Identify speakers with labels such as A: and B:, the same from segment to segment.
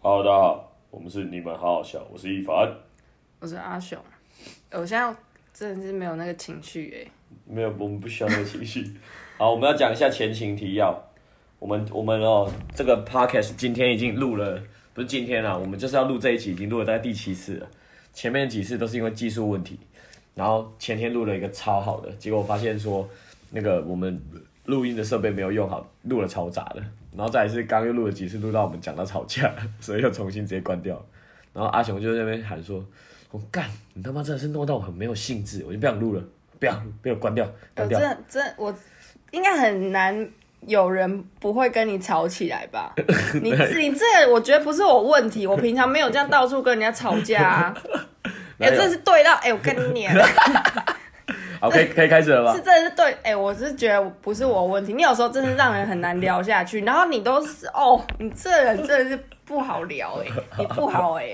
A: Hello，大家好，我们是你们好好笑，我是一凡，
B: 我是阿雄，欸我现在真的是没有那个情绪哎、
A: 没有，我们不需要那个情绪。好，我们要讲一下前情提要。我们我们哦，这个 podcast 今天已经录了，不是今天啦，我们就是要录这一集，已经录了大概第七次了。前面几次都是因为技术问题，然后前天录了一个超好的，结果发现说那个我们录音的设备没有用好，录了超杂的。然后再来是刚刚又录了几次，录到我们讲到吵架， 所以又重新直接关掉了。然后阿雄就在那边喊说：“我、干，你他妈真的是弄到我很没有兴致，我就不想录了，不要录，不要关掉，
B: 我
A: 关
B: 真
A: 掉。
B: 的真的我应该很难有人不会跟你吵起来吧？ 你你这个我觉得不是我问题，我平常没有这样到处跟人家吵架啊。哎、
A: 哪有
B: 这是对到哎、我跟 你讲，
A: 好，可以 可以开始了吧
B: 是？真的是对哎、我是觉得不是我问题，你有时候真的让人很难聊下去，然后你都是哦，你这人真的是不好聊哎、你不好哎、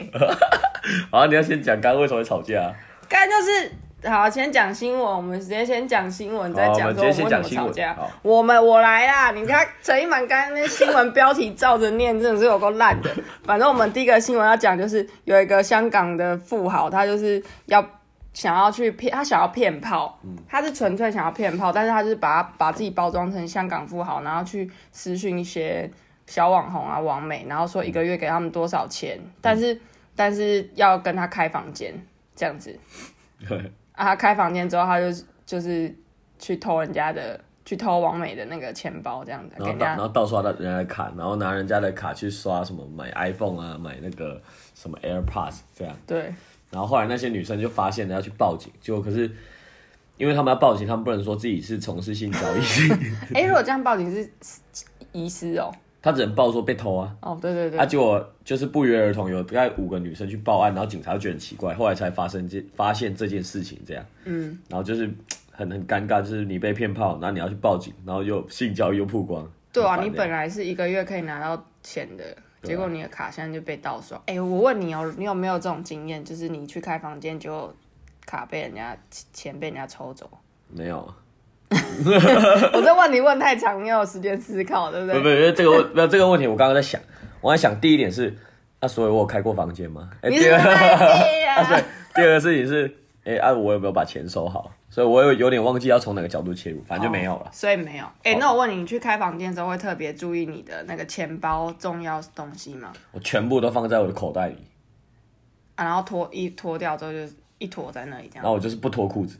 A: 好，你要先讲刚刚为什么会吵架、啊。
B: 刚才就是好，先讲新闻，我们直接先讲新闻，再
A: 好我
B: 讲
A: 们
B: 说我
A: 直接先
B: 们怎
A: 讲
B: 么
A: 新闻
B: 吵架
A: 好。
B: 我们我来啦！你看陈一满刚才那新闻标题照着念，真的是有够烂的。反正我们第一个新闻要讲就是有一个香港的富豪，他就是要想要去骗，他想要骗炮，
A: 嗯
B: 他是纯粹想要骗炮，但是他就是把他把自己包装成香港富豪，然后去私讯一些小网红啊、网美，然后说一个月给他们多少钱，但是但是要跟他开房间这样子。啊，他开房间之后，他就就是去偷人家的，去偷王美的那个钱包，这样 子
A: 然
B: 给
A: 后
B: 人
A: 盗，然
B: 家。
A: 后盗刷到人家的卡，然后拿人家的卡去刷什么买 iPhone 啊，买那个什么 AirPods 这样。
B: 对，
A: 然后后来那些女生就发现了，要去报警，结果可是因为他们要报警，他们不能说自己是从事性交易，
B: 哎、如果这样报警是遗失哦。
A: 他只能报说被偷啊。
B: 哦，对对对，
A: 啊，结果就是不约而同有大概五个女生去报案，然后警察就觉得很奇怪，后来才发生这发现这件事情这样，嗯，然后就是很很尴尬，就是你被骗炮，然后你要去报警，然后又性交易又曝光，
B: 对啊，
A: 很
B: 你
A: 烦这欸啊样
B: 本来是一个月可以拿到钱的，结果你的卡现在就被盗刷。哎、我问你哦，你有没有这种经验？就是你去开房间，结果卡被人家钱被人家抽走。
A: 没有，
B: 我这问题问太长，你有时间思考，对不
A: 不不
B: 对？
A: 不，这个问没有这个问题，我 刚刚在想，我在想第一点是，啊，所以我有开过房间 吗？哎、
B: 你
A: 第
B: 是
A: 二
B: 不是太低
A: 啊，对
B: 啊！，
A: 第二个事情是，哎、啊，我有没有把钱收好？所以我有有点忘记要从哪个角度切入，反正就没有了。
B: 所以没有。哎、那我问你，你去开房间的时候会特别注意你的那个钱包重要东西吗？
A: 我全部都放在我的口袋里，
B: 啊，然后脱一脱掉之后就是一坨在那里这
A: 然
B: 样，
A: 后我就是不脱裤子。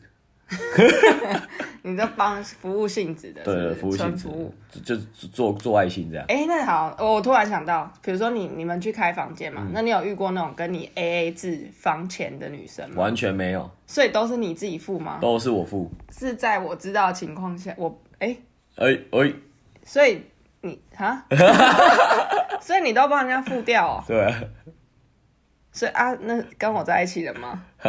B: 你这帮服务性质的，
A: 对
B: 是不
A: 对，
B: 是
A: 服务性
B: 纯
A: 质
B: 服务。，
A: 就就做做爱心这样。
B: 哎、那好，我我突然想到，比如说你你们去开房间
A: 嗯
B: 嘛，那你有遇过那种跟你 A A 制房钱的女生吗？
A: 完全没有，
B: 所以都是你自己付吗？
A: 都是我付。
B: 是在我知道的情况下，我哎、
A: 哎、哎、
B: 所以你 哈，所以你都帮人家付掉哦。
A: 对、啊
B: 所以啊，那跟我在一起了吗？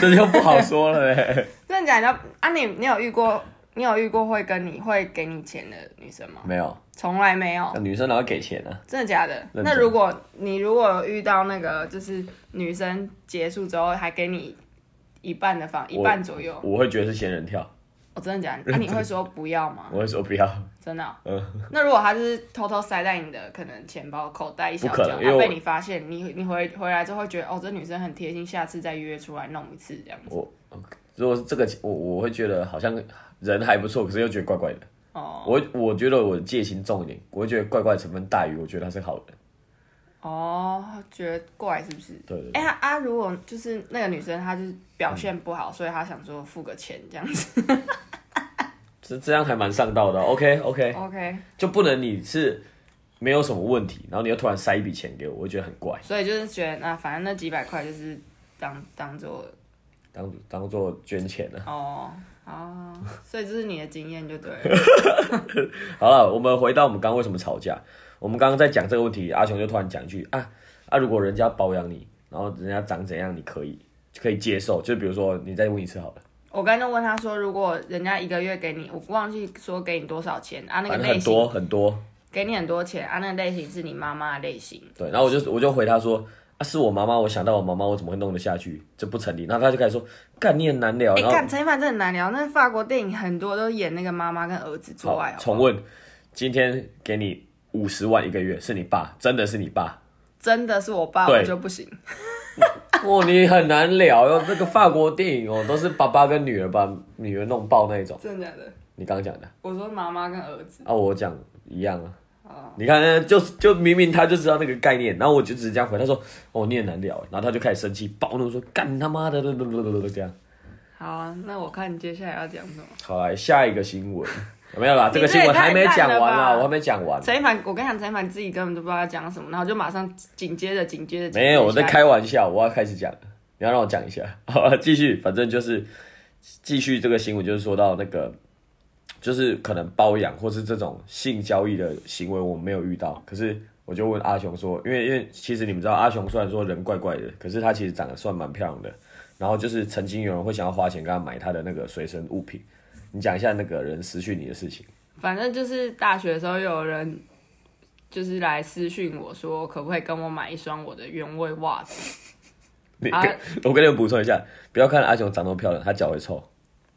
A: 这就不好说了哎嘞。
B: 真的假的？啊你，你有遇过你有遇过会跟你会给你钱的女生吗？
A: 没有，
B: 从来没有
A: 那，女生哪会给钱呢、啊？
B: 真的假的？
A: 呃真
B: 那如果你如果有遇到那个就是女生结束之后还给你一半的房一半左右，
A: 我会觉得是仙人跳，
B: 我、真的假的？那、你会说不要吗？
A: 我会说不要，
B: 真的哦、
A: 嗯，
B: 那如果她就是偷偷塞在你的可能钱包口袋一小
A: 不可
B: 角，
A: 能因为
B: 她
A: 我
B: 被你发现，你你回回来之后会觉得哦，这女生很贴心，下次再约出来弄一次这样子。
A: 我如果是这个，我我会觉得好像人还不错，可是又觉得怪怪的。
B: 哦
A: 我我觉得我戒心重一点，我会觉得怪怪的成分大于我觉得他是好人。
B: 哦，觉得怪是不是？
A: 对对对
B: 哎、啊啊！如果就是那个女生，她就是表现不好，所以她想说付个钱这样子。
A: 这这样还蛮上道的。OK OK，、
B: OK，
A: 就不能你是没有什么问题，然后你又突然塞一笔钱给我，我会觉得很怪，
B: 所以就是觉得那、啊、反正那几百块就是当当做
A: 当当做捐钱啊了、
B: 哦哦，所以这是你的经验就对了。
A: 好了，我们回到我们刚刚为什么吵架。我们刚刚在讲这个问题，阿雄就突然讲一句啊啊，如果人家包养你，然后人家长怎样，你可以就可以接受。就比如说你再问一次好了，
B: 我刚才就问他说，如果人家一个月给你，我忘记说给你多少钱啊？那个
A: 反正
B: 类
A: 很
B: 型
A: 多很多，
B: 给你很多钱啊？那个类型是你妈妈的类型。
A: 对。然后我就我就回他说啊，是我妈妈，我想到我妈妈，我怎么会弄得下去？这不成立。然后他就开始说，干你很难聊，
B: 哎、
A: 然后
B: 看陈一凡真的很难聊。那法国电影很多都演那个妈妈跟儿子做爱
A: 好
B: 哦。
A: 重问，今天给你五十万一个月，是你爸，真的是你爸，
B: 真的是我爸，
A: 对
B: 我就不行。
A: 哦，你很难聊哟。那个法国电影哦，都是爸爸跟女儿把女儿弄爆那一种。
B: 真的假的？
A: 你刚刚讲的
B: 我说妈妈跟儿子，
A: 啊，我讲一样啊。
B: 哦，
A: 你看，就是就明明他就知道那个概念，然后我就只是这样回，他说：“哦，你很难聊。”然后他就开始生气，暴怒说：“干他妈的！”这样。
B: 好啊，那我看你接下来要讲什 么。
A: 好来，下一个新闻没有啦，这个
B: 你这也
A: 新闻还没
B: 太
A: 讲
B: 烂了
A: 完
B: 吧
A: 啦，我还没讲完。
B: 陈一凡，我跟你讲，陈一凡自己根本都不知道要讲什么，然后就马上紧接着紧接着。紧接着
A: 没有，我在
B: 下一
A: 开玩笑，我要开始讲了，你要让我讲一下， 好，继续，反正就是继续这个新闻，就是说到那个，就是可能包养或是这种性交易的行为，我没有遇到，可是我就问阿雄说，因为因为其实你们知道，阿雄虽然说人怪怪的，可是他其实长得算蛮漂亮的，然后就是曾经有人会想要花钱跟他买他的那个随身物品，你讲一下那个人失去你的事情。
B: 反正就是大学的时候有人就是来私讯我说，可不可以跟我买一双我的原味袜子？
A: 你
B: 啊
A: 跟、 我跟你们补充一下，不要看阿雄长那么漂亮，他脚会臭。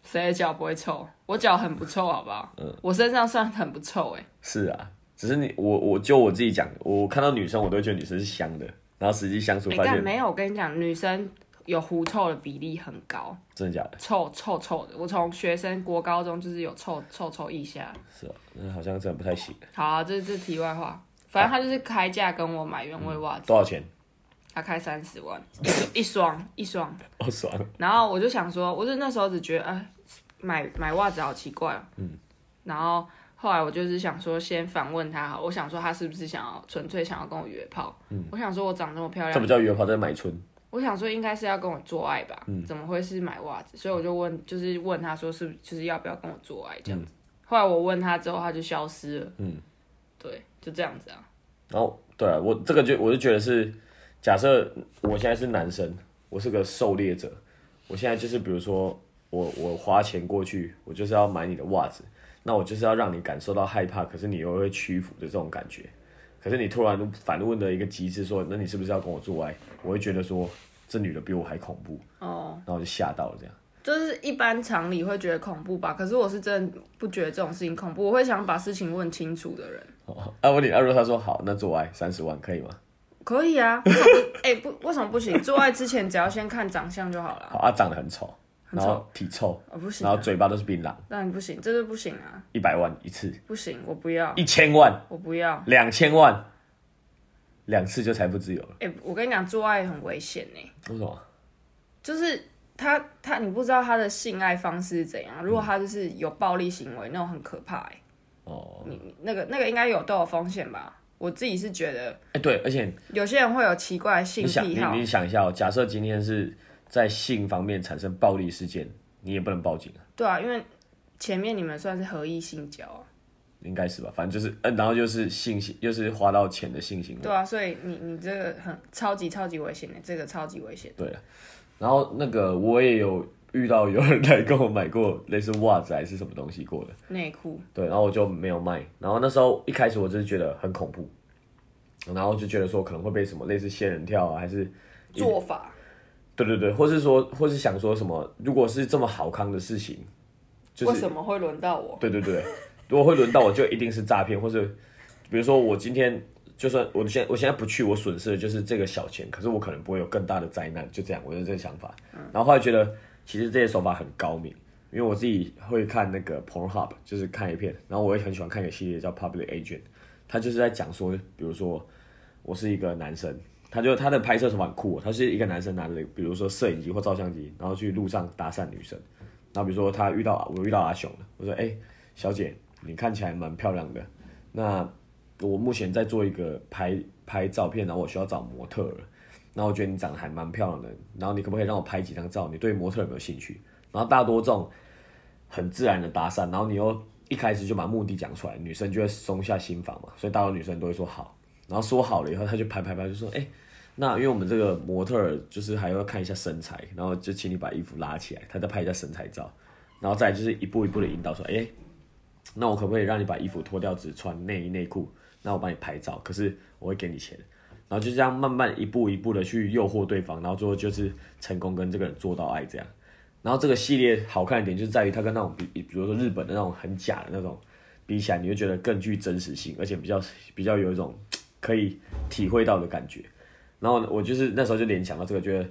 B: 谁的脚不会臭？我脚很不臭，好不好？
A: 嗯
B: 我身上算很不臭哎、
A: 是啊，只是你我我就我自己讲，我看到女生我都会觉得女生是香的，然后实际相处
B: 欸。
A: 发
B: 但、
A: 现、
B: 没有，我跟你讲，女生有狐臭的比例很高，
A: 真的假的，
B: 臭臭臭的。我从学生国高中就是有臭臭臭腋下。
A: 是啊，那好像真的不太行。
B: 好、啊，这这题外话。反正他就是开价跟我买原味袜子，
A: 多少钱？
B: 他开三十万，一双一双。
A: 好爽啊，
B: 然后我就想说，我就那时候只觉得，哎，买买袜子好奇怪哦。嗯。然后后来我就是想说，先反问他好，我想说他是不是想要纯粹想要跟我约炮？嗯。我想说，我长这么漂
A: 这不
B: 亮，
A: 叫约炮，这是买春。
B: 我想说应该是要跟我做爱吧？嗯。怎么会是买袜子？所以我就问，就是问他说是不就是要不要跟我做爱这样子。后来我问他之后，他就消失了。嗯。对，就这样子啊。
A: 然后对啊，我这个就我就觉得是，假设我现在是男生，我是个狩猎者，我现在就是比如说我我花钱过去，我就是要买你的袜子，那我就是要让你感受到害怕，可是你又会屈服的这种感觉。可是你突然反问的一个极致说，那你是不是要跟我做爱？我会觉得说这女的比我还恐怖，
B: 哦。
A: 然后我就吓到了这样。
B: 就是一般常理会觉得恐怖吧，可是我是真的不觉得这种事情恐怖，我会想把事情问清楚的人。
A: 哦啊，我你啊，如果他说好，那做爱三十万可以吗？
B: 可以啊，为什么不哎、不，为什么不行？做爱之前只要先看长相就好了。
A: 好啊，长得很丑，
B: 很
A: 然
B: 丑
A: 后体臭，
B: 哦，不行
A: 然后
B: 啊，
A: 嘴巴都是槟榔，
B: 那你不行，这就不行啊，
A: 一百万一次，
B: 不行，我不要，
A: 一千万。
B: 我不要。
A: 两千万，两次就财富自由了。
B: 哎、我跟你讲，做爱很危险呢、
A: 为什么？
B: 就是他他，你不知道他的性爱方式是怎样。如果他就是有暴力行为，那种很可怕、欸。
A: 哦，
B: 你你那个那个应该有都有风险吧？我自己是觉得
A: 哎、对，而且
B: 有些人会有奇怪的性
A: 你想，
B: 癖
A: 你
B: 好。
A: 你想一下哦，假设今天是在性方面产生暴力事件，你也不能报警啊，
B: 对啊，因为前面你们算是合意性交啊，
A: 应该是吧？反正就是，嗯、然后就是性行，又是花到钱的性行为。
B: 对啊，所以你你这个很超级超级危险欸的，这个超级危险。
A: 对了，然后那个我也有遇到有人来跟我买过类似袜子还是什么东西过的，
B: 内裤
A: 对，然后我就没有卖。然后那时候一开始我就是觉得很恐怖，然后就觉得说可能会被什么类似仙人跳啊，还是
B: 做法，
A: 对对对，或是说，或是想说什么，如果是这么好康的事情，就
B: 为
A: 是
B: 什么会轮到我？
A: 对对对，如果会轮到我，就一定是诈骗，或是比如说我今天就算我现在我现在不去，我损失的就是这个小钱，可是我可能不会有更大的灾难，就这样，我就这个想法。然后后来觉得其实这些手法很高明，因为我自己会看那个 Pornhub，就是看一片，然后我也很喜欢看一个系列叫 Public Agent，他就是在讲说，比如说我是一个男生。他就他的拍摄手法很酷哦、他是一个男生拿着，比如说摄影机或照相机，然后去路上搭讪女生。然后比如说他遇到我遇到阿雄了，我说哎、小姐，你看起来蛮漂亮的。那我目前在做一个拍拍照片，然后我需要找模特儿，然后我觉得你长得还蛮漂亮的，然后你可不可以让我拍几张照？你对模特有没有兴趣？然后大多这种很自然的搭讪，然后你又一开始就把目的讲出来，女生就会松下心防嘛，所以大多女生都会说好。然后说好了以后，他就拍拍拍，就说哎、那因为我们这个模特儿就是还要看一下身材，然后就请你把衣服拉起来，他再拍一下身材照，然后再来就是一步一步的引导说，哎、那我可不可以让你把衣服脱掉，只穿内衣内裤？那我帮你拍照，可是我会给你钱。然后就这样慢慢一步一步的去诱惑对方，然后最后就是成功跟这个人做到爱这样。然后这个系列好看的点就是在于它跟那种比，比如说日本的那种很假的那种比起来，你会觉得更具真实性，而且比较比较有一种可以体会到的感觉。然后我就是那时候就联想到这个，觉得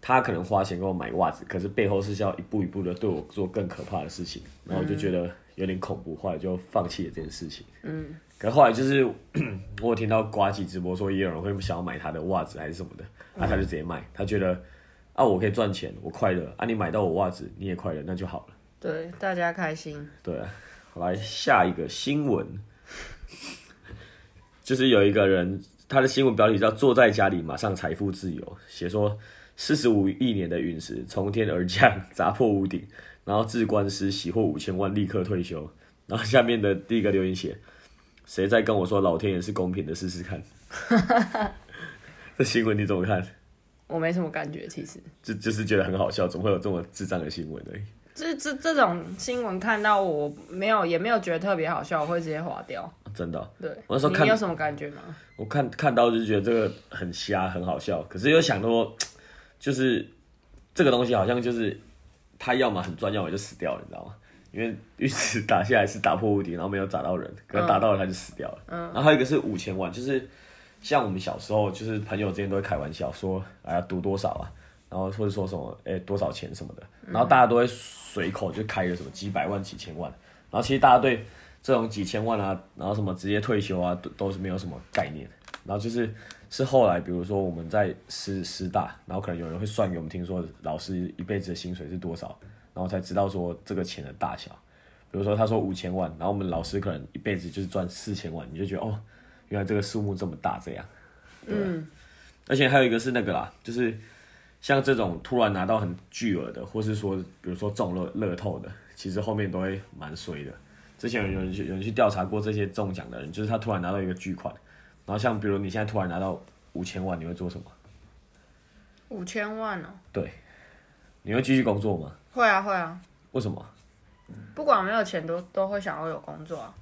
A: 他可能花钱给我买袜子，可是背后是要一步一步的对我做更可怕的事情，然后我就觉得有点恐怖，后来就放弃了这件事情。嗯，可后来就是 我有听到瓜吉直播说，也有人会想要买他的袜子还是什么的，啊，他就直接卖，他觉得啊，我可以赚钱，我快乐啊，你买到我袜子你也快乐，那就好了。
B: 对，大家开心。
A: 对啊，好来下一个新闻， 就是有一个人，他的新闻标题叫“坐在家里马上财富自由”，写说四十五亿年的陨石从天而降，砸破屋顶，然后置官司喜获五千万，立刻退休。然后下面的第一个留言写：“谁在跟我说老天爷是公平的？试试看。” 这新闻你怎么看？
B: 我没什么感觉，其实
A: 就就是觉得很好笑，总会有这么智障的新闻而已。
B: 这这这种新闻看到我没有，也没有觉得特别好笑，我会直接划掉。
A: 啊真的哦、
B: 对，
A: 我那时候看
B: 你有什么感觉吗？
A: 我看看到就觉得这个很瞎，很好笑，可是又想说，就是这个东西好像就是他要么很赚，要么就死掉了，你知道吗？因为玉石打下来是打破屋顶，然后没有砸到人，可能打到了他就死掉了。然后还有一个是五千万，就是像我们小时候，就是朋友之间都会开玩笑说，哎呀赌多少啊，然后或者说什么哎、多少钱什么的，然后大家都会随口就开个什么几百万、几千万，然后其实大家对这种几千万啊，然后什么直接退休啊，都都是没有什么概念。然后就是是后来，比如说我们在师师大，然后可能有人会算给我们听说老师一辈子的薪水是多少，然后才知道说这个钱的大小。比如说他说五千万，然后我们老师可能一辈子就是赚四千万，你就觉得哦，原来这个数目这么大，这样。对。而且还有一个是那个啦，就是像这种突然拿到很巨额的，或是说比如说中乐乐透的，其实后面都会蛮衰的。之前有人去有人去调查过这些中奖的人，就是他突然拿到一个巨款，然后像比如你现在突然拿到五千万，你会做什么？
B: 五千万哦、
A: 对，你会继续工作吗？
B: 会啊会啊，
A: 为什么？
B: 不管有没有钱都都会想要有工作啊。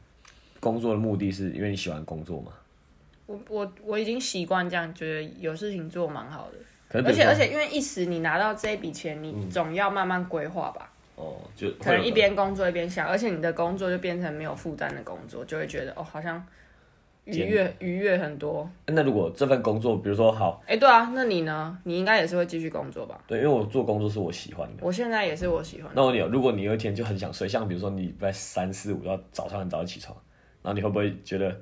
A: 工作的目的是因为你喜欢工作吗？
B: 我我我已经习惯这样，觉得有事情做蛮好的。
A: 可能
B: 而且而
A: 且
B: 且，因为一时你拿到这一笔钱，
A: 嗯
B: 你总要慢慢规划吧。
A: 哦，就
B: 可能一
A: 边
B: 边工作一边想，而且你的工作就变成没有负担的工作，就会觉得哦，好像愉悦愉悦很多。
A: 呃那如果这份工作，比如说好，
B: 哎、对啊，那你呢？你应该也是会继续工作吧？
A: 对，因为我做工作是我喜欢的。
B: 我现在也是我喜欢的。
A: 那我问你哦，如果你有一天就很想睡，像比如说你礼拜三四五要早上很早起床，然后你会不会觉得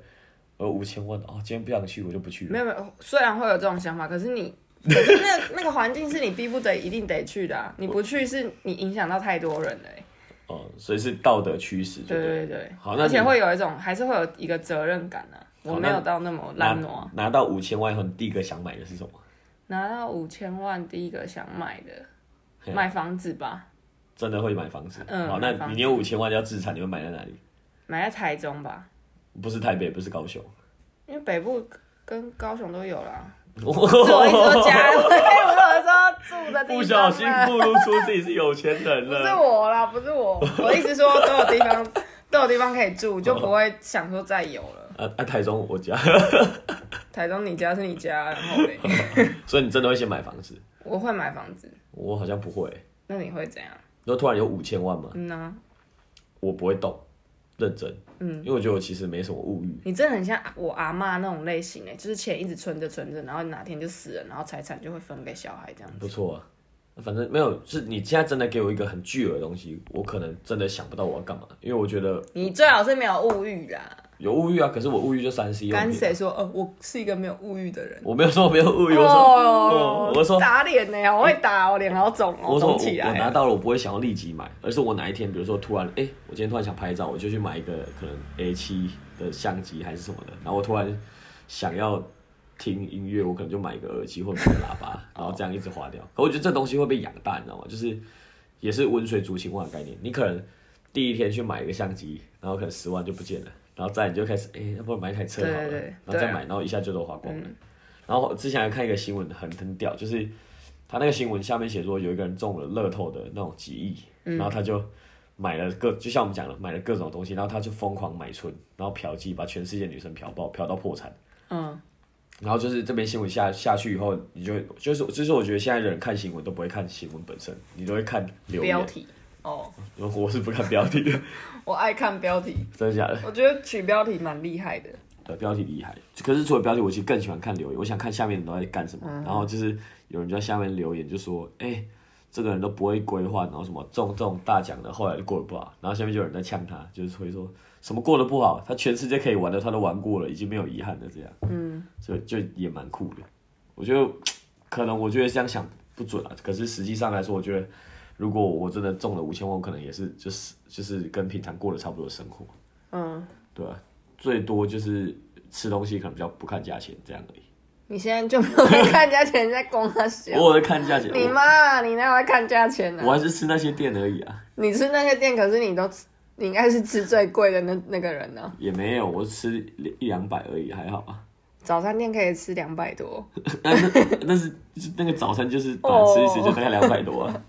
A: 我五千万哦，今天不想去我就不去了？
B: 没有没有，虽然会有这种想法，可是 你。可是那那个环境是你逼不得一定得去的、啊，你不去是你影响到太多人了、欸。
A: 哦，所以是道德驱使，
B: 对
A: 对了。
B: 对对，
A: 好那
B: 而且
A: 你
B: 会有一种还是会有一个责任感啊。我
A: 好
B: 没
A: 那
B: 有到那么
A: 拿
B: 烂惰啊，
A: 拿到五千万以后，你第一个想买的是什么？
B: 拿到五千万第一个想买的
A: 嘿
B: 买房子吧，
A: 真的会买房子？
B: 嗯
A: 好，
B: 买房
A: 那
B: 子
A: 你有五千万要自产，你会买在哪里？
B: 买在台中吧。
A: 不是台北，不是高雄。
B: 因为北部跟高雄都有 啦。是我一直说家，
A: 不
B: 我有说住的地方嘛。
A: 小心暴露出自己是有钱人
B: 不是
A: 了。啊
B: 我啦，不是我，我一直说都有地方， 都有地方可以住，就不会想说再有了。
A: 啊啊！台中我家，
B: 台中你家是你家，然后嘞，
A: 所以你真的会先买房子？
B: 我会买房子，
A: 我好像不会。
B: 那你会怎样？
A: 然后突然有五千万嘛，
B: 嗯呢？
A: 我不会动，认真。
B: 嗯，
A: 因为我觉得我其实没什么物欲。
B: 你真的很像啊我阿妈那种类型哎、就是钱一直存着存着，然后哪天就死了，然后财产就会分给小孩这样。
A: 不错啊，反正没有，是你现在真的给我一个很巨额的东西，我可能真的想不到我要干嘛，因为我觉得
B: 你最好是没有物欲啦，
A: 有物欲啊，可是我物欲就三 C 用
B: 跟
A: 品。
B: 谁说？呃，我是一个没有物欲的人。
A: 我没有说我没有物欲，我说、嗯
B: 哦，
A: 我说
B: 打脸呢、我会打，我脸好肿哦，
A: 我说我
B: 肿起
A: 我拿
B: 来。
A: 到了，我不会想要立即买，而是我哪一天，比如说突然，哎、我今天突然想拍照，我就去买一个可能 A 7的相机还是什么的，然后我突然想要听音乐，我可能就买一个耳机或者买个喇叭，然后这样一直花掉。可我觉得这东西会被养大，你知道吗？就是也是温水煮青蛙的概念，你可能第一天去买一个相机，然后可能十万就不见了，然后再你就开始，哎、要不然买一台车好了，
B: 对对对
A: 然后再
B: 对啊嗯
A: 买，然后一下就都花光了。然后之前还看一个新闻很很屌，就是他那个新闻下面写说有一个人中了乐透的那种几亿，
B: 嗯
A: 然后他就买了各，就像我们讲的，买了各种东西，然后他就疯狂买春，然后嫖妓，把全世界女生嫖爆，嫖到破产。
B: 嗯，
A: 然后就是这篇新闻下下去以后，你就就是就是我觉得现在人看新闻都不会看新闻本身，你都会看留
B: 标
A: 言。
B: 题哦，
A: 我是不看标题的，
B: 我爱看标题，
A: 真的假的？
B: 我觉得取标题蛮厉害的。
A: 对，标题厉害。可是除了标题，我其实更喜欢看留言，我想看下面人都在干什么。然后就是有人就在下面留言，就说：“哎、这个人都不会规划，然后什么中中大奖的，后来就过得不好。”然后下面就有人在呛他，就是会说什么过得不好，他全世界可以玩的他都玩过了，已经没有遗憾了这样。嗯，所以就也蛮酷的。我觉得可能我觉得这样想不准啊，可是实际上来说，我觉得如果我真的中了五千万，我可能也是就是就是跟平常过得差不多的生活。
B: 嗯，
A: 对啊，最多就是吃东西可能比较不看价钱这样而已。
B: 你现在就没有在看价钱，你在供他笑。
A: 我有在看价钱，
B: 啊你妈啊，你哪有在看价钱呢、啊
A: 我我还是吃那些店而已啊，
B: 你吃那些店，可是你都吃，你应该是吃最贵的那那个人呢、
A: 也没有，我吃一两百而已，还好吧。
B: 早餐店可以吃两百多，
A: 但是那个早餐就是本来吃一吃就大概两百多啊。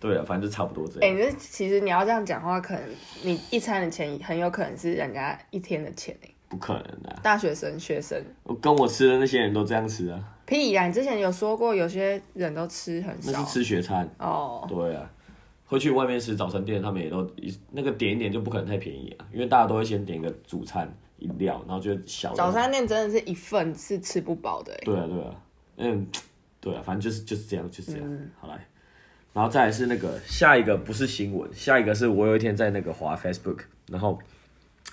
A: 对啊，反正就差不多这
B: 哦哎、
A: 样。
B: 你这其实你要这样讲话，可能你一餐的钱很有可能是人家一天的钱、欸、
A: 不可能的、啊，
B: 大学生、学生，
A: 我跟我吃的那些人都这样吃啊，
B: 屁呀！你之前有说过，有些人都吃很
A: 那是
B: 少
A: 吃学餐。
B: 哦，
A: 对啊，会去外面吃早餐店，他们也都一那个点一点就不可能太便宜啊，因为大家都会先点一个主餐饮料，然后就小的
B: 早餐店真的是一份是吃不饱的、欸，
A: 对啊，对啊，嗯，对啊，反正就是就是这样，就是这样。
B: 嗯
A: 好来，然后再来是那个下一个不是新闻，下一个是我有一天在那个滑 Facebook，然后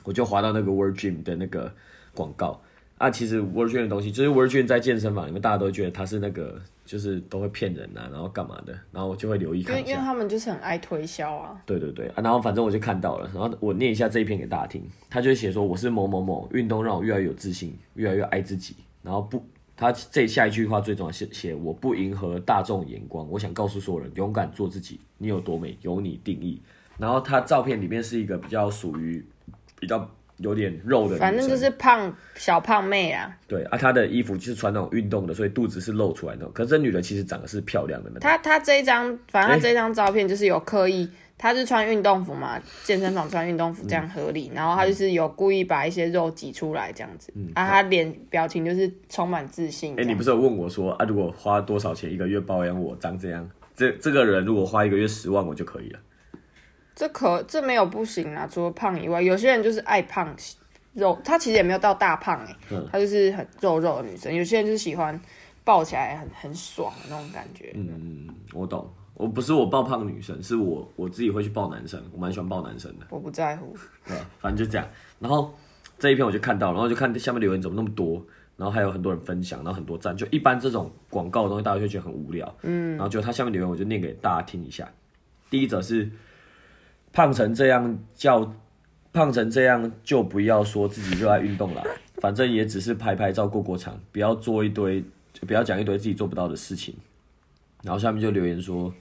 A: 我就滑到那个 Word Gym 的那个广告啊。其实 Word Gym 的东西，就是 Word Gym 在健身房里面，大家都觉得它是那个就是都会骗人啊，然后干嘛的，然后我就会留意
B: 因
A: 看
B: 为
A: 一
B: 因为
A: 下。
B: 他们就是很爱推销啊，
A: 对对对、啊，然后反正我就看到了，然后我念一下这一篇给大家听，他就写说我是某某某运动让我越来越有自信，越来越爱自己，然后不，他这下一句话最重要写写我不迎合大众眼光，我想告诉所有人勇敢做自己，你有多美由你定义。然后他照片里面是一个比较属于比较有点肉的女生，
B: 反正就是胖小胖妹啊。
A: 对啊，她的衣服就是穿那种运动的，所以肚子是露出来那种。可是这女的其实长得是漂亮的那种。
B: 他他这一张，反正他这张照片就是有刻意，他是穿运动服嘛，健身房穿运动服这样
A: 嗯
B: 合理，然后他就是有故意把一些肉挤出来这样子，啊，他脸表情就是充满自信这
A: 哎、嗯
B: 样。
A: 你不是有问我说啊，如果花多少钱一个月包养我长这样？这这个人如果花一个月十万，我就可以了。
B: 这可这没有不行啊，除了胖以外，有些人就是爱胖肉，她其实也没有到大胖哎、
A: 嗯
B: 欸，她、就是很肉肉的女生，有些人就是喜欢抱起来很很爽的那种感觉，
A: 嗯我懂，我不是我抱胖女生，是我我自己会去抱男生，我蛮喜欢抱男生的，
B: 我不在乎。
A: 对吧？反正就这样。然后这一篇我就看到，然后就看下面留言怎么那么多，然后还有很多人分享，然后很多赞。就一般这种广告的东西，大家就觉得很无聊，嗯。然后就他下面留言，我就念给大家听一下。第一则是胖成这样叫胖成这样，就不要说自己热爱运动了，反正也只是拍拍照、过过场，不要做一堆，不要讲一堆自己做不到的事情。然后下面就留言说，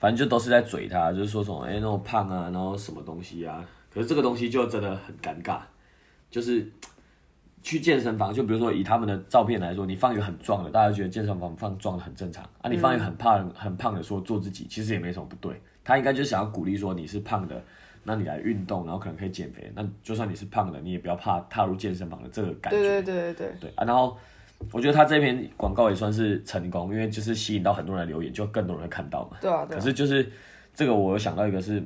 A: 反正就都是在嘴他，就是说什么哎、那种胖啊，然后什么东西啊。可是这个东西就真的很尴尬，就是去健身房，就比如说以他们的照片来说，你放一个很壮的，大家觉得健身房放壮的很正常啊。你
B: 嗯
A: 放一个很胖、很胖的说做自己，其实也没什么不对。他应该就想要鼓励说你是胖的，那你来运动，然后可能可以减肥。那就算你是胖的，你也不要怕踏入健身房的这个感觉。
B: 对对对对对，
A: 对啊，然后我觉得他这篇广告也算是成功，因为就是吸引到很多人来留言，就更多人会看到嘛。
B: 对啊对
A: 可
B: 啊，
A: 是就是这个，我有想到一个是，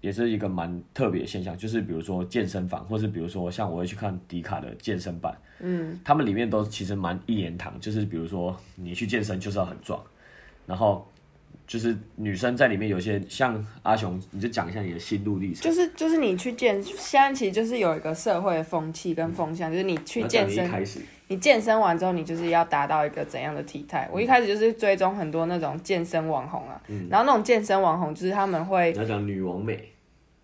A: 也是一个蛮特别的现象，就是比如说健身房，或是比如说像我会去看迪卡的健身版，嗯，他们里面都其实蛮一言堂，就是比如说你去健身就是要很壮，然后就是女生在里面有些像阿雄，你就讲一下你的心路历程，
B: 就是就是你去健，现在其实就是有一个社会的风气跟风向，就是你去
A: 那
B: 健
A: 讲你一
B: 身，
A: 开始，
B: 你健身完之后，你就是要达到一个怎样的体
A: 嗯
B: 态？我一开始就是追踪很多那种健身网红啊，然后那种健身网红就是他们会
A: 你要讲女王美，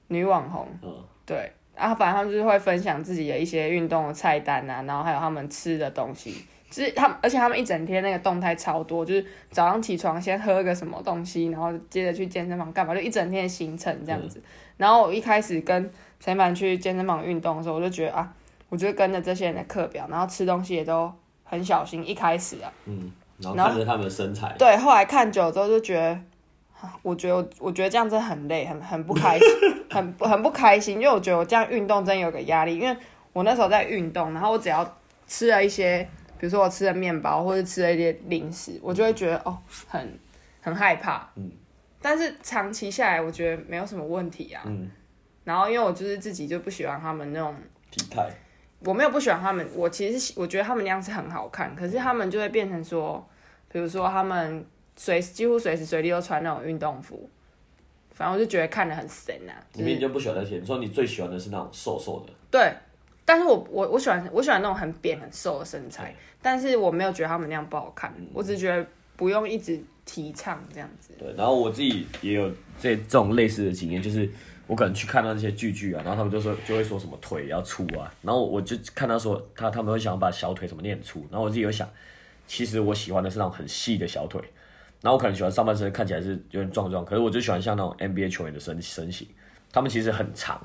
B: 女网红，
A: 嗯，
B: 对，然后反正他们就是会分享自己的一些运动的菜单啊，然后还有他们吃的东西。就是他们，而且他们一整天那个动态超多，就是早上起床先喝个什么东西，然后接着去健身房干嘛，就一整天的行程这样子。然后我一开始跟陈凡去健身房运动的时候，我就觉得啊，我就跟着这些人的课表，然后吃东西也都很小心。一开始啊，
A: 嗯然后
B: 然后
A: 看着他们的身材，
B: 对，后来看久了之后就觉得，啊我觉得我我觉得这样真的很累，很很不开心，很不很不开心，因为我觉得我这样运动真的有个压力，因为我那时候在运动，然后我只要吃了一些，比如说我吃了面包或者吃了一些零食，我就会觉得哦，很很害怕，嗯，但是长期下来我觉得没有什么问题啊，
A: 嗯，
B: 然后因为我就是自己就不喜欢他们那种
A: 体态。
B: 我没有不喜欢他们，我其实是我觉得他们那样是很好看，可是他们就会变成说，比如说他们随几乎随时随地都穿那种运动服，反正我就觉得看得很神啊。
A: 里
B: 就
A: 面嗯
B: 是、
A: 你就不喜欢那些，你说你最喜欢的是那种瘦瘦的，
B: 对，但是我我我喜欢我喜欢那种很扁很瘦的身材，但是我没有觉得他们那样不好看，我只是觉得不用一直提倡这样子。
A: 对。然后我自己也有这这种类似的经验，就是我可能去看到那些剧剧啊，然后他们就说就会说什么腿要粗啊，然后我我就看到说他他们会想把小腿什么练粗，然后我自己会想，其实我喜欢的是那种很细的小腿，然后我可能喜欢上半身看起来是有点壮壮，可是我就喜欢像那种 NBA 球员的身身形，他们其实很长。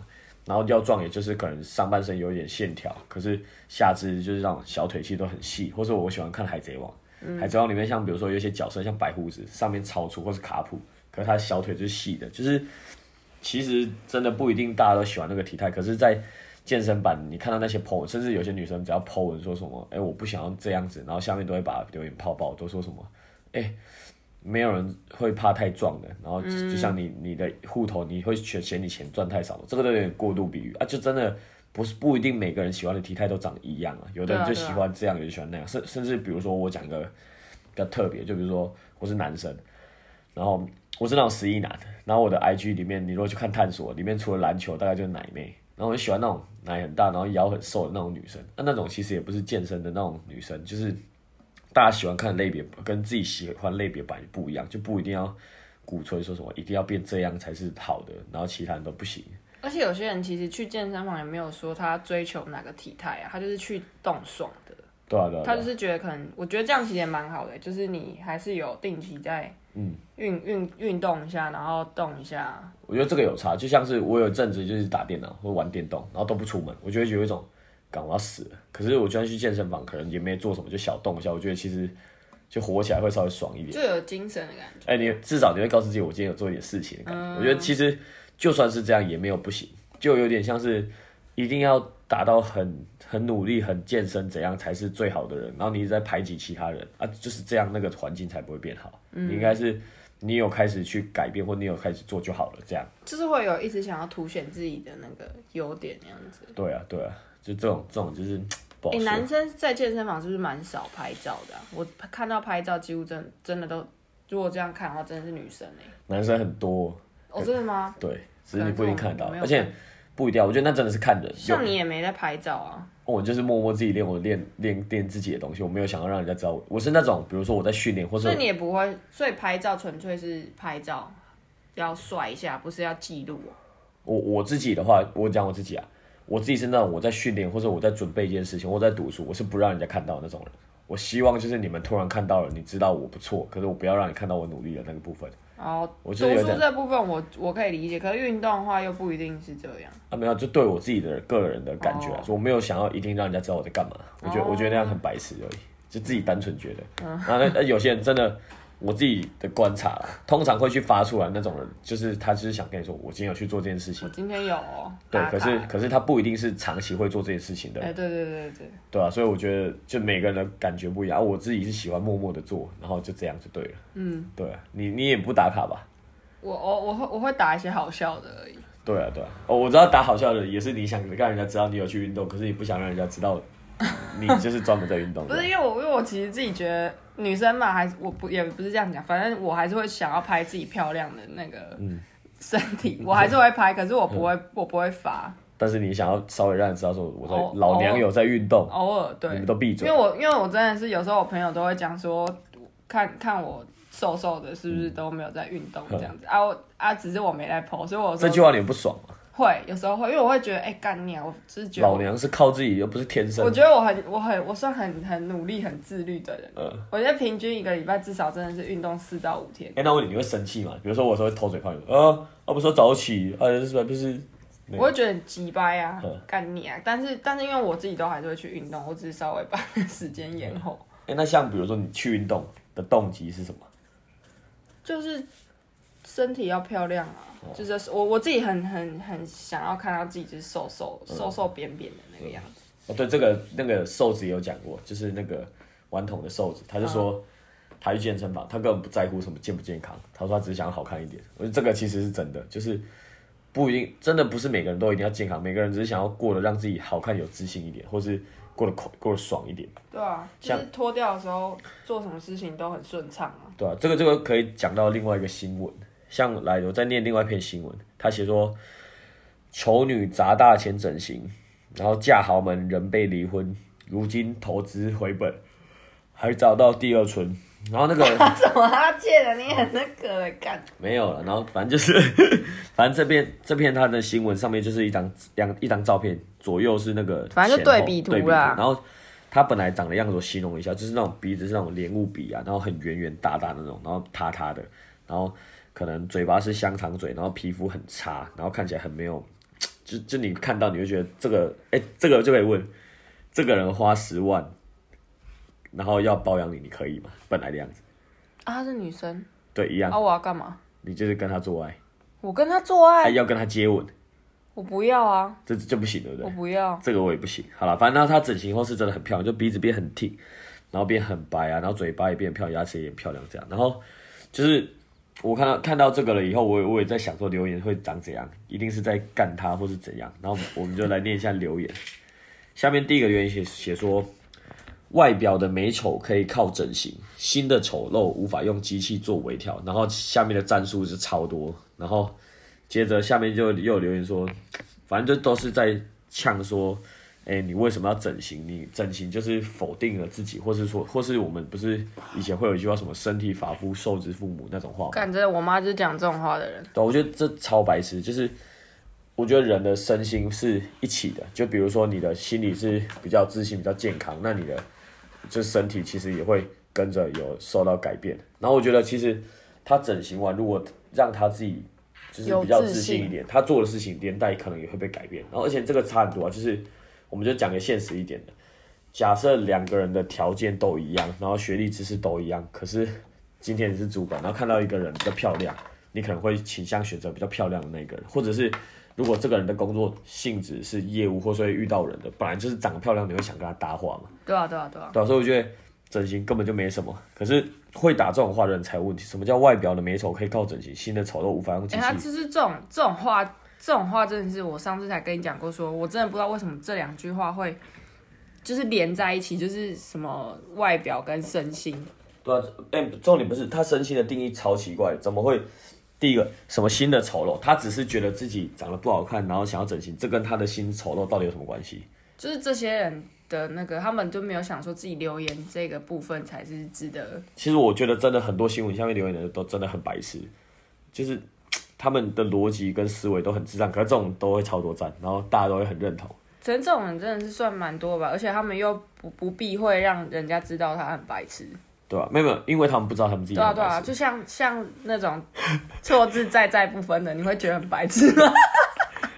A: 然后要壮，也就是可能上半身有一点线条，可是下肢就是那种小腿其实都很细，或者我喜欢看《海贼王》海贼王》里面像比如说有一些角色像白胡子，上面超粗，或是卡普，可是他小腿就是细的，就是其实真的不一定大家都喜欢那个体态，可是，在健身版你看到那些 po 文，甚至有些女生只要 po 文说什么，哎，我不想要这样子，然后下面都会把留言泡爆，都说什么，哎。没有人会怕太壮的，然后就就像你你的户头，你会嫌嫌你钱赚太少，这个都有点过度比喻啊，就真的不是不一定每个人喜欢的体态都长得一样啊，有的人
B: 对
A: 就
B: 啊对啊
A: 喜欢这样，有的喜欢那样，甚甚至比如说我讲一个比较特别，就比如说我是男生，然后我是那种十一男，然后我的 IG 里面，你如果去看探索，里面除了篮球，大概就是奶妹。然后我就喜欢那种奶很大，然后腰很瘦的那种女生。那那种其实也不是健身的那种女生，就是大家喜欢看的类别跟自己喜欢类别版不一样，就不一定要鼓吹说什么一定要变这样才是好的，然后其他人都不行。
B: 而且有些人其实去健身房也没有说他追求哪个体态啊，他就是去动爽的。
A: 对啊，对啊，
B: 他
A: 对
B: 就
A: 啊
B: 是觉得可能，我觉得这样其实也蛮好的，就是你还是有定期在
A: 嗯
B: 运运运动一下，然后动一下，
A: 我觉得这个有差。就像是我有一阵子就是打电脑或玩电动，然后都不出门，我就会有一种，感我要死了。可是我就算去健身房，可能也没做什么，就小动一下，我觉得其实就活起来会稍微爽一点。
B: 就有精神的感觉。
A: 哎、你至少你会告诉自己，我今天有做一点事情的感觉。我觉得其实就算是这样也没有不行，就有点像是一定要达到很很努力、很健身怎样才是最好的人，然后你一直在排挤其他人啊，就是这样那个环境才不会变好。你应该是你有开始去改变，或你有开始做就好了，这样。
B: 就是会有一直想要凸显自己的那个优点那样子。
A: 对啊，对啊，就这种这种哦就是不好
B: 哎、
A: 说。
B: 男生在健身房是不是蛮少拍照的啊、我看到拍照几乎真真的都，如果这样看的话，真的是女生哎、
A: 男生很多，
B: 哦，真的吗？
A: 对，只是你不一定看得
B: 可
A: 到
B: 啊能这种我没，有
A: 而且不一定啊。我觉得那真的是看人，有
B: 像你也没在拍照啊，
A: 我就是默默自己练，我练练练自己的东西，我没有想要让人家知道我。我是那种，比如说我在训练，或是
B: 所以你也不会，所以拍照纯粹是拍照，要帅一下，不是要记录哦、
A: 我我自己的话，我讲我自己啊，我自己是那种我在训练或者我在准备一件事情，我在读书，我是不让人家看到的那种人。我希望就是你们突然看到了，你知道我不错，可是我不要让你看到我努力的那个部分。
B: 哦，
A: 我
B: 读
A: 就是有
B: 书
A: 点
B: 这部分我我可以理解，可是运动的话又不一定是这样。
A: 啊，没有，就对我自己的个人的感觉啊
B: 哦
A: 所以我没有想要一定让人家知道我在干嘛。我觉得、我觉得那样很白痴而已，就自己单纯觉得。
B: 嗯
A: 然后那那有些人真的，我自己的观察 啦，通常会去发出来那种人，就是他就是想跟你说，我今天有去做这件事
B: 我
A: 情。
B: 今天有、哦，
A: 对，
B: 打
A: 可
B: 卡
A: 是可是他不一定是长期会做这件事情的
B: 哎、
A: 人，
B: 对对对对，
A: 对啊，所以我觉得就每个人的感觉不一样。啊我自己是喜欢默默的做，然后就这样就对了。嗯，对啊，你你也不打卡吧？
B: 我我我会我会打一些好笑的而已。
A: 对啊，对啊，哦，我知道打好笑的也是你想让人家知道你有去运动，可是你不想让人家知道你就是专门在运动
B: 不
A: 的。
B: 是因为我，因为我其实自己觉得女生嘛，还是我不也不是这样讲，反正我还是会想要拍自己漂亮的那个
A: 嗯
B: 身体，我还是会拍，可是我不会，我不会发，
A: 但是你想要稍微让人知道说我在、
B: 哦
A: 老娘有在运动，
B: 偶尔对。
A: 你们都闭
B: 因
A: 嘴
B: 为。我因为我真的是有时候我朋友都会讲说，看看我瘦瘦的，是不
A: 嗯
B: 是都没有在运动这样子、啊我？啊，只是我没在 PO，所以我有时
A: 这
B: 候
A: 句话你不爽吗？
B: 会有时候会，因为我会觉得哎干你啊，我就是觉得
A: 老
B: 我。
A: 娘是靠自己，又不是天生
B: 我。觉得我很、我很、我算很、很努力、很自律的人。
A: 嗯
B: 我觉得平均一个礼拜至少真的是运动四到五天。
A: 哎、那我问你，你会生气吗？比如说我说偷嘴炮，你说啊，啊不是说早起，啊是不是？对
B: 我会觉得很鸡掰啊
A: 嗯，
B: 干你啊！但是但是因为我自己都还是会去运动，我只是稍微把时间延后，
A: 哎、那像比如说你去运动的动机是什么？
B: 就是身体要漂亮啊，就是我我自己很很很想要看到自己就是瘦瘦瘦瘦扁扁的那个样子。
A: 哦，对，这个那个瘦子也有讲过，就是那个顽童的瘦子，他就说、他去健身房，他根本不在乎什么健不健康，他说他只是想要好看一点。我觉得这个其实是真的，就是不一定，真的不是每个人都一定要健康，每个人只是想要过得让自己好看、有自信一点，或是过得快、过得爽一点，
B: 对啊，就是脱掉的时候做什么事情都很顺畅 啊。
A: 对吧、这个这个可以讲到另外一个新闻，像来我在念另外一篇新闻，他写说，丑女砸大钱整形，然后嫁豪门人被离婚，如今投资回本，还找到第二春，然后那个。
B: 怎么他借的你很那个欸干？
A: 没有了，然后反正就是， 反正这边这篇它的新闻上面就是一张两一张照片，左右是那个
B: 反正就
A: 前后
B: 对比图
A: 对比
B: 啦
A: 然后他本来长的样子我形容一下，就是那种鼻子是那种莲雾鼻啊，然后很圆圆大大的那种，然后塌塌的，然后可能嘴巴是香肠嘴，然后皮肤很差，然后看起来很没有，就就你看到你会觉得这个，哎、这个就可以问，这个人花十万，然后要包养你，你可以吗？本来的样子，
B: 啊，她是女生
A: 对，一样，
B: 啊，我要干嘛？
A: 你就是跟他做爱，
B: 我跟她做
A: 还
B: 爱？
A: 要跟他接吻。
B: 我不要啊，
A: 这这不行，对不
B: 我
A: 对？
B: 不要。
A: 这个我也不行。好了，反正她她整形后是真的很漂亮，就鼻子变很挺，然后变很白啊，然后嘴巴也变漂亮，牙齿也漂亮这样。然后就是我看到看到这个了以后，我也我也在想说留言会长怎样，一定是在干她或是怎样。然后我们就来念一下留言。下面第一个留言写写说，外表的美丑可以靠整形，新的丑陋无法用机器做微调。然后下面的战术是超多，然后接着下面就又有留言说，反正就都是在呛说，哎、你为什么要整形？你整形就是否定了自己，或是说，或是我们不是以前会有一句话什么“身体发肤受之父母”那种话吗？
B: 干，真的，我妈就是讲这种话的人。
A: 对，我觉得这超白痴，就是我觉得人的身心是一起的，就比如说你的心理是比较自信、比较健康，那你的就身体其实也会跟着有受到改变。然后我觉得其实他整形完，如果让他自己就是比较
B: 有自
A: 自信一
B: 信
A: 点，他做的事情连带可能也会被改变。然后而且这个差很多啊，就是我们就讲个现实一点的。假设两个人的条件都一样，然后学历、知识都一样，可是今天你是主管，然后看到一个人比较漂亮，你可能会倾向选择比较漂亮的那个人，或者是如果这个人的工作性质是业务，或是会遇到人的，本来就是长得漂亮，你会想跟他搭话嘛，
B: 对啊，对啊，对啊。
A: 对、啊、所以我觉得整形根本就没什么，可是会打这种话的人才有问题。什么叫外表的美丑可以靠整形，新的丑陋无法用机
B: 哎、
A: 器？
B: 她就是这种这种话，这种话真的是我上次才跟你讲过说我真的不知道为什么这两句话会就是连在一起，就是什么外表跟身心。
A: 对啊，哎、重点不是他身心的定义超奇怪，怎么会？第一个什么新的丑陋，他只是觉得自己长得不好看，然后想要整形，这跟他的新丑陋到底有什么关系？
B: 就是这些人的那个，他们就没有想说自己留言这个部分才是值得。
A: 其实我觉得真的很多新闻下面留言的人都真的很白痴，就是他们的逻辑跟思维都很智障，可是这种都会超多赞，然后大家都会很认同。
B: 可能这种人真的是算蛮多吧，而且他们又不不避讳让人家知道他很白痴。
A: 对吧、没有没有，因为他们不知道他们自己
B: 对啊
A: 很
B: 对啊，
A: 白痴。
B: 就像像那种错字在在不分的，你会觉得很白痴吗？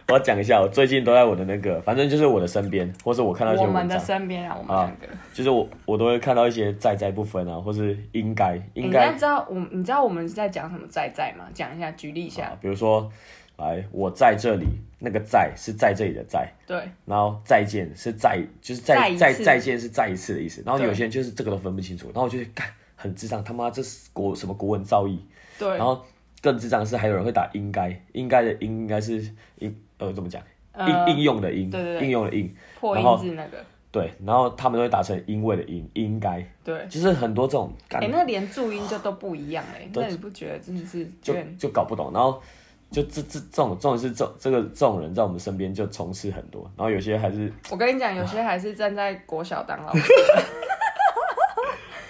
A: 我要讲一下，我最近都在我的那个，反正就是我的身边，或是我看到一些
B: 我们
A: 文
B: 的
A: 章，
B: 身边啊，我们两个，
A: 就是我我都会看到一些在在不分啊，或是应该应
B: 哎你
A: 该
B: 现在知道我们你知道我们在讲什么在在吗？讲一下，举例一下
A: 啊。，比如说，来我在这里，那个在是在这里的在，
B: 对
A: 然后再见是再，就是
B: 再
A: 再
B: 一
A: 再
B: 次
A: 再见是再一次的意思。然后
B: 对
A: 有些人就是这个都分不清楚，然后我就觉得干很智障，他妈这是国什么国文造诣。
B: 对
A: 然，后更智障是还有人会打应该，应该的应应该是应呃怎么讲？
B: 呃
A: 应应用的应，
B: 对对对
A: 应用的应，
B: 破
A: 然后
B: 音字那个，
A: 对。然后他们都会打成因为的因，应该
B: 对。
A: 就是很多这种感
B: 哎、那连注音就都不一样哎、
A: 对
B: 那你不觉得真的是
A: 就
B: 卷？
A: 就搞不懂，然后就这这这种这种是这种这个这种人在我们身边就充斥很多，然后有些还是
B: 我跟你讲，有些还是站在国小当老师，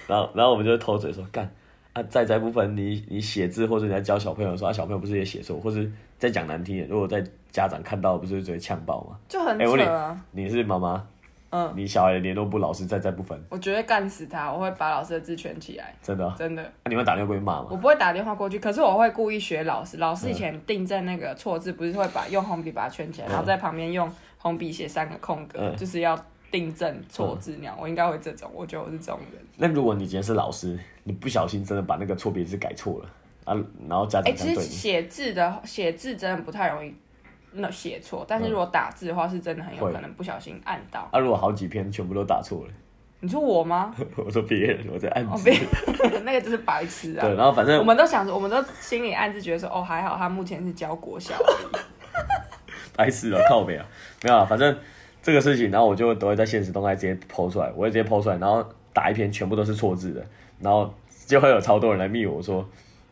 A: 然后然后我们就会偷嘴说干啊，在在部分你你写字或者你在教小朋友说啊，小朋友不是也写错，或是再讲难听一点，如果在家长看到不是就会呛爆吗？
B: 就很
A: 哎我
B: 扯
A: 得
B: 啊。
A: 你是妈妈，
B: 嗯，
A: 你小孩联络部老师在在部分，
B: 我绝对干死他，我会把老师的字圈起来，
A: 真的啊、
B: 真的。
A: 啊你会打电话过去骂吗？
B: 我不会打电话过去，可是我会故意学老师。老师以前订正那个错字，不是会把用红笔把它圈起来，然后在旁边用红笔写三个空格，
A: 嗯
B: 就是要订正错字那样。我应该会这种，我觉得我是这种人。
A: 那如果你今天是老师，你不小心真的把那个错别字改错了啊，然后家
B: 哎、
A: 长这
B: 其
A: 样
B: 实
A: 对你，
B: 写字的写字真的不太容易那写错，但是如果打字的话，是真的很
A: 嗯
B: 有
A: 会
B: 可能不小心按到。
A: 啊如果好几篇全部都打错了，
B: 你说我吗？
A: 我说别人我在暗
B: 哦，
A: 指，
B: 别，那个就是白痴啊。
A: 对，然后反正
B: 我们都想着，我们都心里暗自觉得说，哦，还好他目前是教国小而已。
A: 白痴啊，靠北啊，没有啊，反正这个事情，然后我就都会在现实动态直接抛出来，我会直接抛出来，然后打一篇全部都是错字的，然后就会有超多人来密我说。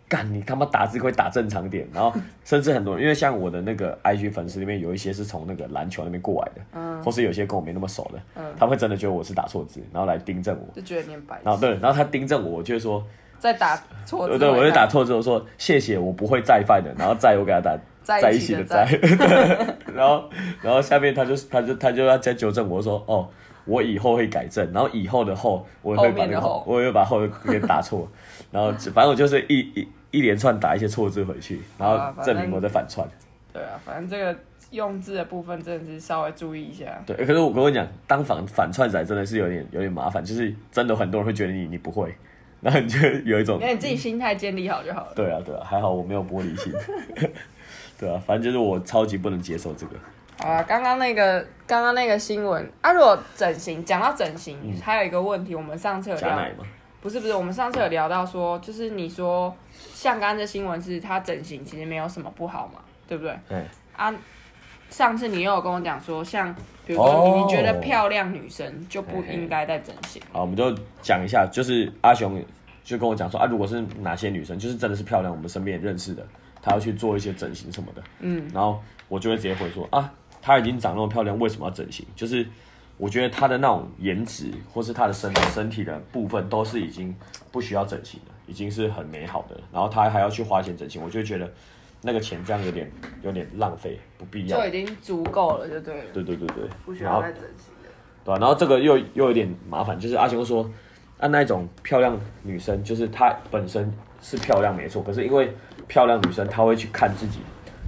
A: 干你他妈打字会打正常点，然后甚至很多人，因为像我的那个 IG 粉丝里面有一些是从那个篮球那边过来的，或是有些跟我没那么熟的，他会真的觉得我是打错字，然后来订正我，
B: 就觉得你很白
A: 然后
B: 痴，
A: 啊对，然后他订正我，我就会说，
B: 再打错字，
A: 对，我就打错之后说谢谢，我不会再犯的，然后再我给他打
B: 在
A: 在
B: 一
A: 一
B: 起
A: 起
B: 的
A: 的在， 然后然后下面他就他就他就要再纠正我说哦，我以后会改正，然后以后的后我也会把
B: 后面
A: 那
B: 的
A: 个
B: 后
A: 我也会把后给打错， 然后反正我就是一一一连串打一些错字回去，然
B: 好啊
A: 后
B: 反正
A: 证明我在反串。
B: 对啊，反正这个用字的部分真的是稍微注意一下。
A: 对，可是我跟我讲，当反反串仔真的是有点有点麻烦，就是真的很多人会觉得你你不会，然后你就有一种
B: 那你自己心态建立好就好了。
A: 对啊，对啊，还好我没有玻璃心。 对啊，反正就是我超级不能接受这个。
B: 好啊，刚刚那个刚刚那个新闻啊，如果整形讲到整形，还有一个问题，我们上次有
A: 假
B: 聊，
A: 奶嘛，
B: 不是不是，我们上次有聊到说，就是你说像刚刚这新闻是他整形其实没有什么不好嘛，对不对？
A: 对。
B: 啊，上次你又有跟我讲说，像比如说你
A: 哦
B: 你觉得漂亮女生就不
A: 嘿嘿
B: 应该再整形，
A: 好，我们就讲一下，就是阿雄就跟我讲说啊，如果是哪些女生，就是真的是漂亮，我们身边也认识的，她要去做一些整形什么的，嗯，然后我就会直接回说啊，她已经长那么漂亮，为什么要整形？就是我觉得她的那种颜值或是她的身身体的部分都是已经不需要整形了，已经是很美好的，然后她还要去花钱整形，我就会觉得那个钱这样有点有点浪费，不必要
B: 就。已经足够了，就对了，
A: 对对对对，
B: 不需
A: 然后
B: 要再整形了。
A: 对、啊吧？然后这个又又有点麻烦，就是阿雄说，按、那一种漂亮女生，就是她本身是漂亮没错，可是因为漂亮女生她会去看自己，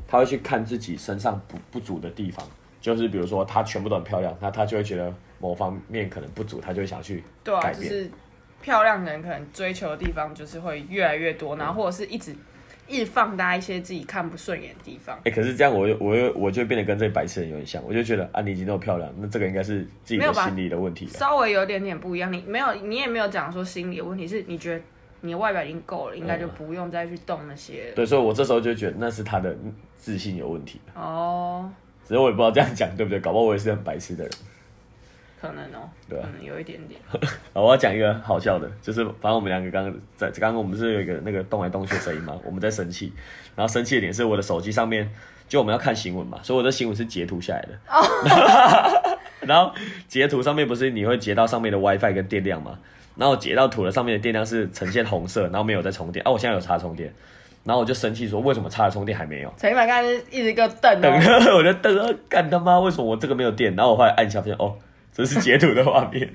A: 她会去看自己身上不不足的地方，就是比如说她全部都很漂亮，那她就会觉得某方面可能不足，她就会想去
B: 对啊，
A: 改
B: 就
A: 变。
B: 是漂亮的人可能追求的地方就是会越来越
A: 嗯
B: 多，然后或者是一直一直放大一些自己看不顺眼的地方。
A: 哎、可是这样我又我又我就变得跟这些白痴人有点像，我就觉得啊，你已经那么漂亮，那这个应该是自己
B: 没有
A: 的
B: 吧
A: 心理的问题了。
B: 稍微有一点点不一样，你没有，你也没有讲说心理的问题，是你觉得你的外表已经够了，应该就不用再去动那些了。
A: 对，所以我这时候就觉得那是她的自信有问题，
B: 哦，
A: 只是我也不知道这样讲对不对，搞不好我也是很白痴的人。
B: 可能哦，
A: 对啊
B: 可能有一点点。
A: 好我要讲一个好笑的，就是反正我们两个刚刚在刚刚我们不是有一个那个动来动去的声音嘛，我们在生气，然后生气的点是我的手机上面，就我们要看新闻嘛，所以我的新闻是截图下来的。 然后截图上面不是你会截到上面的 WiFi 跟电量吗？然后我截到图的上面的电量是呈现红色，然后没有在充电。啊，我现在有插充电，然后我就生气说为什么插了充电还没有？
B: 陈一凡刚才一直给我瞪
A: 等
B: 哦，
A: 了， 我就等了，干他妈为什么我这个没有电？然后我后来按一下发现哦，这是截图的画面。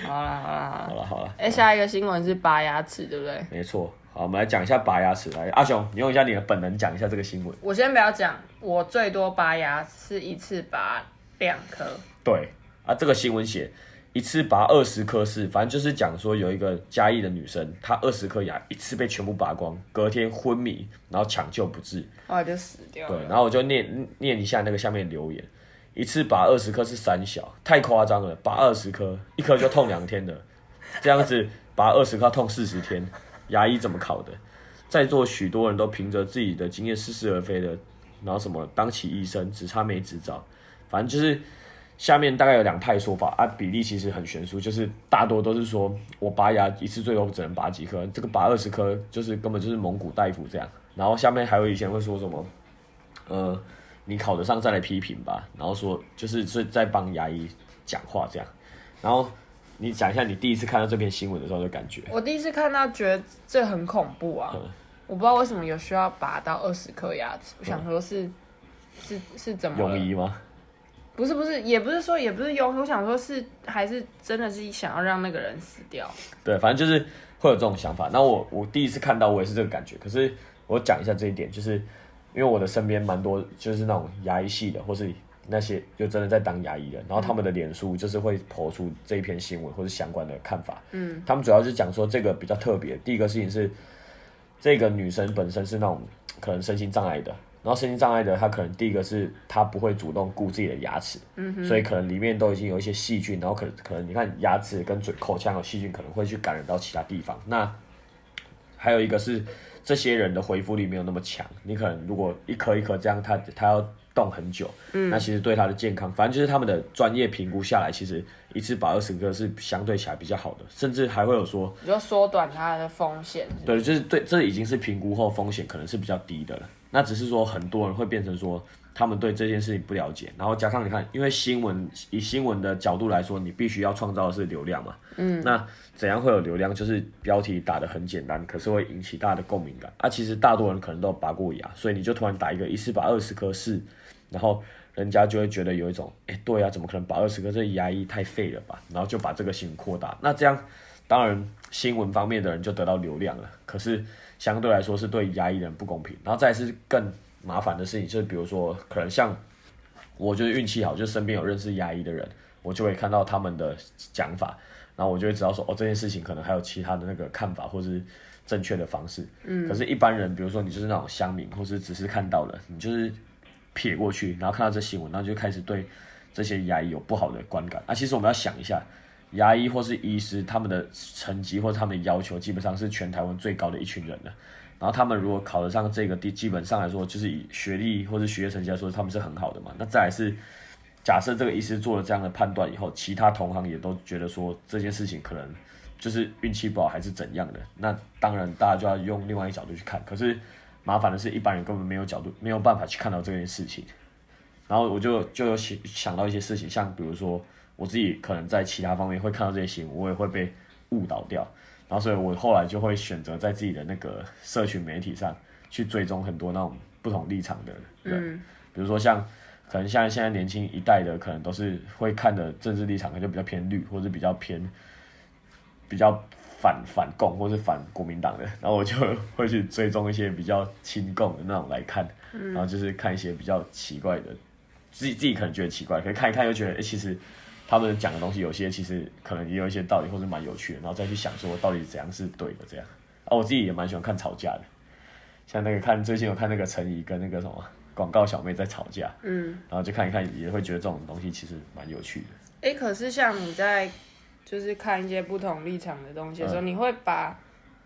B: 好啦好啦好
A: 好
B: 啦。
A: 了好了。
B: 哎、下一个新闻是拔牙齿，对不对？
A: 没错，好，我们来讲一下拔牙齿。来，阿雄，你用一下你的本能讲一下这个新闻。
B: 我先不要讲，我最多拔牙是一次拔两颗，
A: 对，啊，这个新闻写一次拔二十颗是，反正就是讲说有一个嘉义的女生，她二十颗牙一次被全部拔光，隔天昏迷，然后抢救不治。
B: 后来就死掉
A: 对啊
B: 了，。
A: 然后我就念念一下那个下面留言，一次拔二十颗是三小，太夸张了，拔二十颗，一颗就痛两天的，这样子拔二十颗痛四十天，牙医怎么考的？在座许多人都凭着自己的经验似是而非的，然后什么当起医生，只差没执照，反正就是。下面大概有两派说法啊，比例其实很悬殊，就是大多都是说我拔牙一次最多只能拔几颗，这个拔二十颗就是根本就是蒙古大夫这样。然后下面还有以前会说什么呃，你考得上再来批评吧，然后说就是是在帮牙医讲话这样，然后你讲一下你第一次看到这篇新闻的时候的感觉，
B: 我第一次看到觉得这很恐怖啊！
A: 嗯
B: 我不知道为什么有需要拔到二十颗牙齿，我想说是、是是怎么
A: 泳
B: 了？
A: 衣吗？
B: 不是不是，也不是说也不是庸，我想说是还是真的是想要让那个人死掉。
A: 对，反正就是会有这种想法。那我我第一次看到我也是这个感觉，可是我讲一下这一点，就是因为我的身边蛮多就是那种牙医系的，或是那些就真的在当牙医的，然后他们的脸书就是会抛出这一篇新闻或是相关的看法。嗯，他们主要是讲说这个比较特别。第一个事情是，这个女生本身是那种可能身心障碍的。然后身心障碍的，她可能第一个是她不会主动顾自己的牙齿，所以可能里面都已经有一些细菌，然后可能可能你看牙齿跟嘴口腔有细菌，可能会去感染到其他地方。那还有一个是这些人的回复力没有那么强，你可能如果一颗一颗这样，他他要动很久，嗯，那其实对他的健康，反正就是他们的专业评估下来，其实一次把二十颗是相对起来比较好的，甚至还会有说，
B: 你就缩短它的风险。
A: 对，就是对，这已经是评估后风险可能是比较低的了。那只是说很多人会变成说，他们对这件事情不了解，然后加上你看，因为新闻以新闻的角度来说，你必须要创造的是流量嘛。嗯。那怎样会有流量？就是标题打得很简单，可是会引起大家的共鸣感。啊，其实大多人可能都有拔过牙，所以你就突然打一个一次拔二十颗是，然后人家就会觉得有一种，哎、对呀、怎么可能拔二十颗？这牙医太废了吧？然后就把这个型扩大。那这样。当然，新闻方面的人就得到流量了，可是相对来说是对牙医人不公平。然后再来是更麻烦的事情，就是比如说，可能像我就是运气好，就身边有认识牙医的人，我就会看到他们的讲法，然后我就会知道说，哦，这件事情可能还有其他的那个看法，或是正确的方式。嗯。可是，一般人，比如说你就是那种乡民，或是只是看到了，你就是撇过去，然后看到这新闻，然后就开始对这些牙医有不好的观感。啊，其实我们要想一下，牙医或是医师，他们的成绩或他们的要求，基本上是全台湾最高的一群人了。然后他们如果考得上这个地，基本上来说，就是以学历或是学业成绩来说，他们是很好的嘛。那再来是，假设这个医师做了这样的判断以后，其他同行也都觉得说这件事情可能就是运气不好还是怎样的，那当然大家就要用另外一个角度去看。可是麻烦的是，一般人根本没有角度，没有办法去看到这件事情。然后我就就有想想到一些事情，像比如说我自己可能在其他方面会看到这些新闻，我也会被误导掉。然后所以我后来就会选择在自己的那个社群媒体上去追踪很多那种不同立场的人，
B: 嗯
A: 比如说像可能像现在年轻一代的，可能都是会看的政治立场，可能就比较偏绿，或者比较偏比较反反共或是反国民党的，然后我就 会去追踪一些比较亲共的那种来看，然后就是看一些比较奇怪的，自己自己可能觉得奇怪，可是看一看又觉得，哎、其实他们讲的东西有些其实可能也有一些道理，或是蛮有趣的，然后再去想说到底怎样是对的这样。啊，我自己也蛮喜欢看吵架的，像那个看最近有看那个陈怡跟那个什么广告小妹在吵架，
C: 嗯，
A: 然后就看一看，也会觉得这种东西其实蛮有趣的。
B: 哎、可是像你在就是看一些不同立场的东西
A: 嗯
B: 的时候，你会把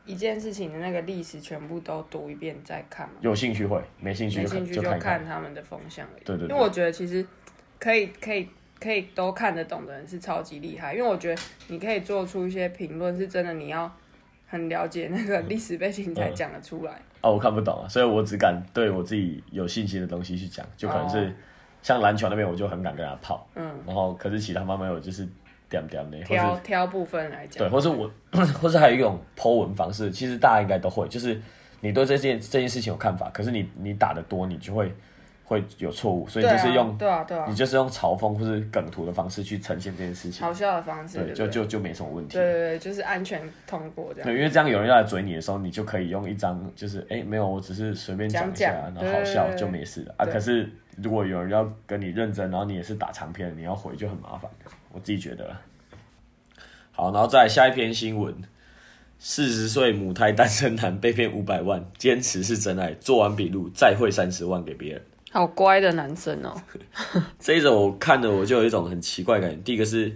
B: 一件事情的那个历史全部都读一遍再看吗？
A: 有兴趣会，没兴趣
B: 没
A: 就
B: 兴
A: 看
B: 趣就
A: 看一看。
B: 看他们的风向而已。
A: 对对
B: 因
A: 对
B: 为我觉得其实可以可以可以都看得懂的人是超级厉害，因为我觉得你可以做出一些评论，是真的你要很了解那个历史背景才讲得出来。
A: 啊，我看不懂啊，所以我只敢对我自己有信心的东西去讲，就可能是、
B: 哦
A: 像篮球那边，我就很敢跟他泡，
B: 嗯，
A: 然后可是其他方面我就是点点的，嗯或
B: 挑
A: 是
B: 挑部分来讲，
A: 对，或是我， 或是还有一种剖文方式，其实大家应该都会，就是你对这件这件事情有看法，可是你你打的多，你就会会有错误，所以
B: 对
A: 你
B: 啊，
A: 就是用、嗯
B: 对啊对啊
A: 你就是用嘲讽或是梗图的方式去呈现这件事情，
B: 嘲笑的方式，
A: 对，
B: 对
A: 就
B: 不对
A: 就就没什么问题
B: 对。对对，就是安全通过这样。
A: 对，因为这样有人要来追你的时候，你就可以用一张就是哎、诶没有，我只是随便讲一下，
B: 讲讲
A: 然后好笑
B: 对
A: 就没事了啊。
B: 对
A: 可是如果有人要跟你认真，然后你也是打长篇，你要回就很麻烦，我自己觉得啦。好，然后再来下一篇新闻，四十岁母胎单身男被骗五百万，坚持是真爱，做完笔录再汇三十万给别人。
C: 好乖的男生哦、
A: 这一种我看了我就有一种很奇怪的感觉。第一个是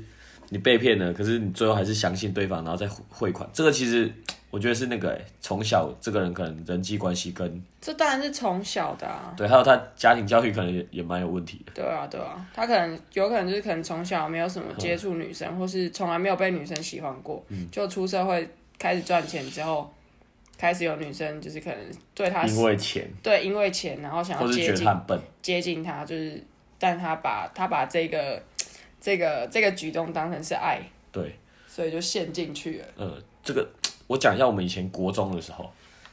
A: 你被骗了，可是你最后还是相信对方，然后再汇款。这个其实我觉得是那个、欸、从小这个人可能人际关系跟
B: 这当然是从小的啊，
A: 对，还有他家庭教育可能也也蛮有问题的。
B: 对啊对啊，他可能有可能就是可能从小没有什么接触女生，
A: 嗯
B: 或是从来没有被女生喜欢过，就出社会开始赚钱之后，开始有女生就是可能对他
A: 因为钱，
B: 对因为钱，然后想
A: 或
B: 要
A: 是
B: 接
A: 觉得
B: 近
A: 他很笨，
B: 接近他，就是但他把他把这个这个这个举动当成是爱，
A: 对，
B: 所以就陷进去了。
A: 呃，这个我讲一下我们以前国中的时候，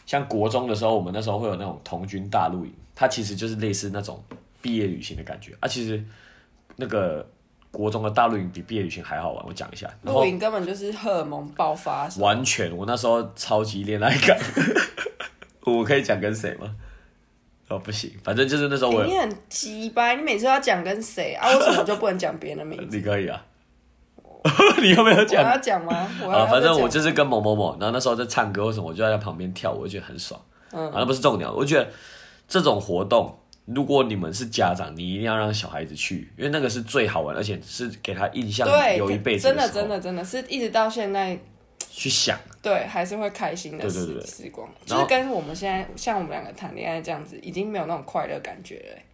A: 像国中的时候，我们那时候会有那种童军大露营，它其实就是类似那种毕业旅行的感觉啊。其实那个国中的大露营比毕业旅行还好玩，我讲一下。然后
B: 露营根本就是荷尔蒙爆发，
A: 完全，我那时候超级恋爱感。 我可以讲跟谁吗？哦，不行，反正就是那时候我
B: 哎你
A: 有，
B: 很鸡掰，你每次都要讲跟谁啊？为什么我就不能讲别人的名字？
A: 你可以啊。你有没有
B: 我
A: 讲？
B: 要讲吗？我要
A: 啊，反正我
B: 就
A: 就是跟某某某，然后那时候在唱歌或什么，我就在旁边跳舞，我就觉得很爽。嗯，啊，那不是重点，我觉得这种活动，如果你们是家长，你一定要让小孩子去，因为那个是最好玩，而且是给他印象
B: 对，
A: 留一辈子
B: 真
A: 的时
B: 的
A: 候
B: 真的真的是一直到现在
A: 去想，
B: 对，还是会开心的
A: 对对
B: 时
A: 对对
B: 时光，
A: 然
B: 就
A: 后
B: 是跟我们现在像我们两个谈恋爱这样子，已经没有那种快乐感觉了欸，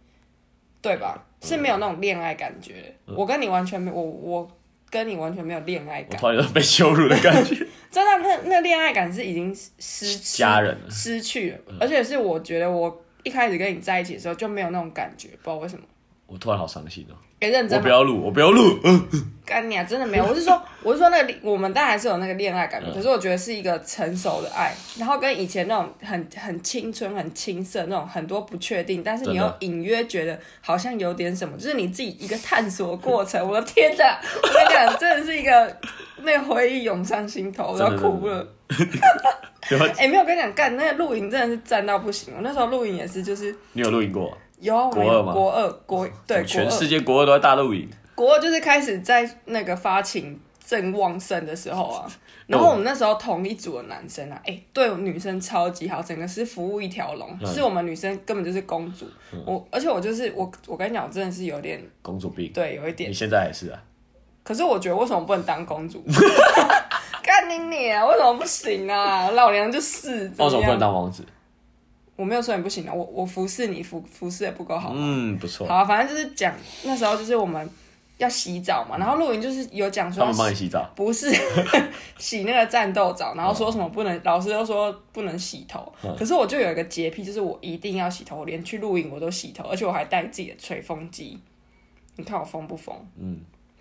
B: 对吧？
A: 嗯
B: 是没有那种恋爱感觉了。我跟你完全没，我我跟你完全没有恋爱
A: 我
B: 感
A: 突，然有种被羞辱的感觉。
B: 真的，那那恋爱感是已经失
A: 家人了嗯
B: 失去了，而且是我觉得我一开始跟你在一起的时候就没有那种感觉，不知道为什么。
A: 我突然好伤心哦、
B: 哎、认
A: 我
B: 真
A: 不
B: 吗？
A: 要录，我不要录。 嗯
B: 干你啊，真的没有。我 是说，我是说那个我们当然还是有那个恋爱
A: 嗯
B: 感觉，可是我觉得是一个成熟的爱，然后跟以前那种很很青春、很青涩那种很多不确定，但是你
A: 真
B: 又
A: 的
B: 隐约觉得好像有点什么，就是你自己一个探索过程。我的天 哪，我跟你讲，真的是一个那个回忆涌上心头，我
A: 真
B: 要
A: 的
B: 哭
A: 真的
B: 了。
A: 对吧？
B: 哎、没有跟你讲，干那个露营真的是赞到不行。我那时候露营也是，就是
A: 你有录影过？
B: 有啊我们
A: 国二
B: 有
A: 吗
B: 国二国对国
A: 全世
B: 二
A: 界国二都在大录影，
B: 国二就是开始在那个发情正旺盛的时候 啊。然后我们那时候同一组的男生啊，哎、对我女生超级好，整个是服务一条龙，
A: 嗯
B: 是我们女生根本就是公主。我而且我就是我，我跟你讲，我真的是有点
A: 公主病。
B: 对，有一点
A: 你现在也是啊？
B: 可是我觉得为什么不能当公主？ 干你你啊！为什么不行啊？老娘就是。
A: 为
B: 怎么
A: 哦什么不
B: 样
A: 能当王子？
B: 我没有说你不行啊，我我服侍你服服侍的不够好。
A: 嗯，不错
B: 好、。啊，反正就是讲那时候就是我们要洗澡嘛，然后露营就是有讲说
A: 他
B: 要
A: 们帮你
B: 洗
A: 洗澡，
B: 不是洗那个战斗澡，然后说什么不能，老师都说不能洗头。
A: 嗯
B: 可是我就有一个洁癖，就是我一定要洗头，我连去露营我都洗头，而且我还带自己的吹风机。你看我疯不疯？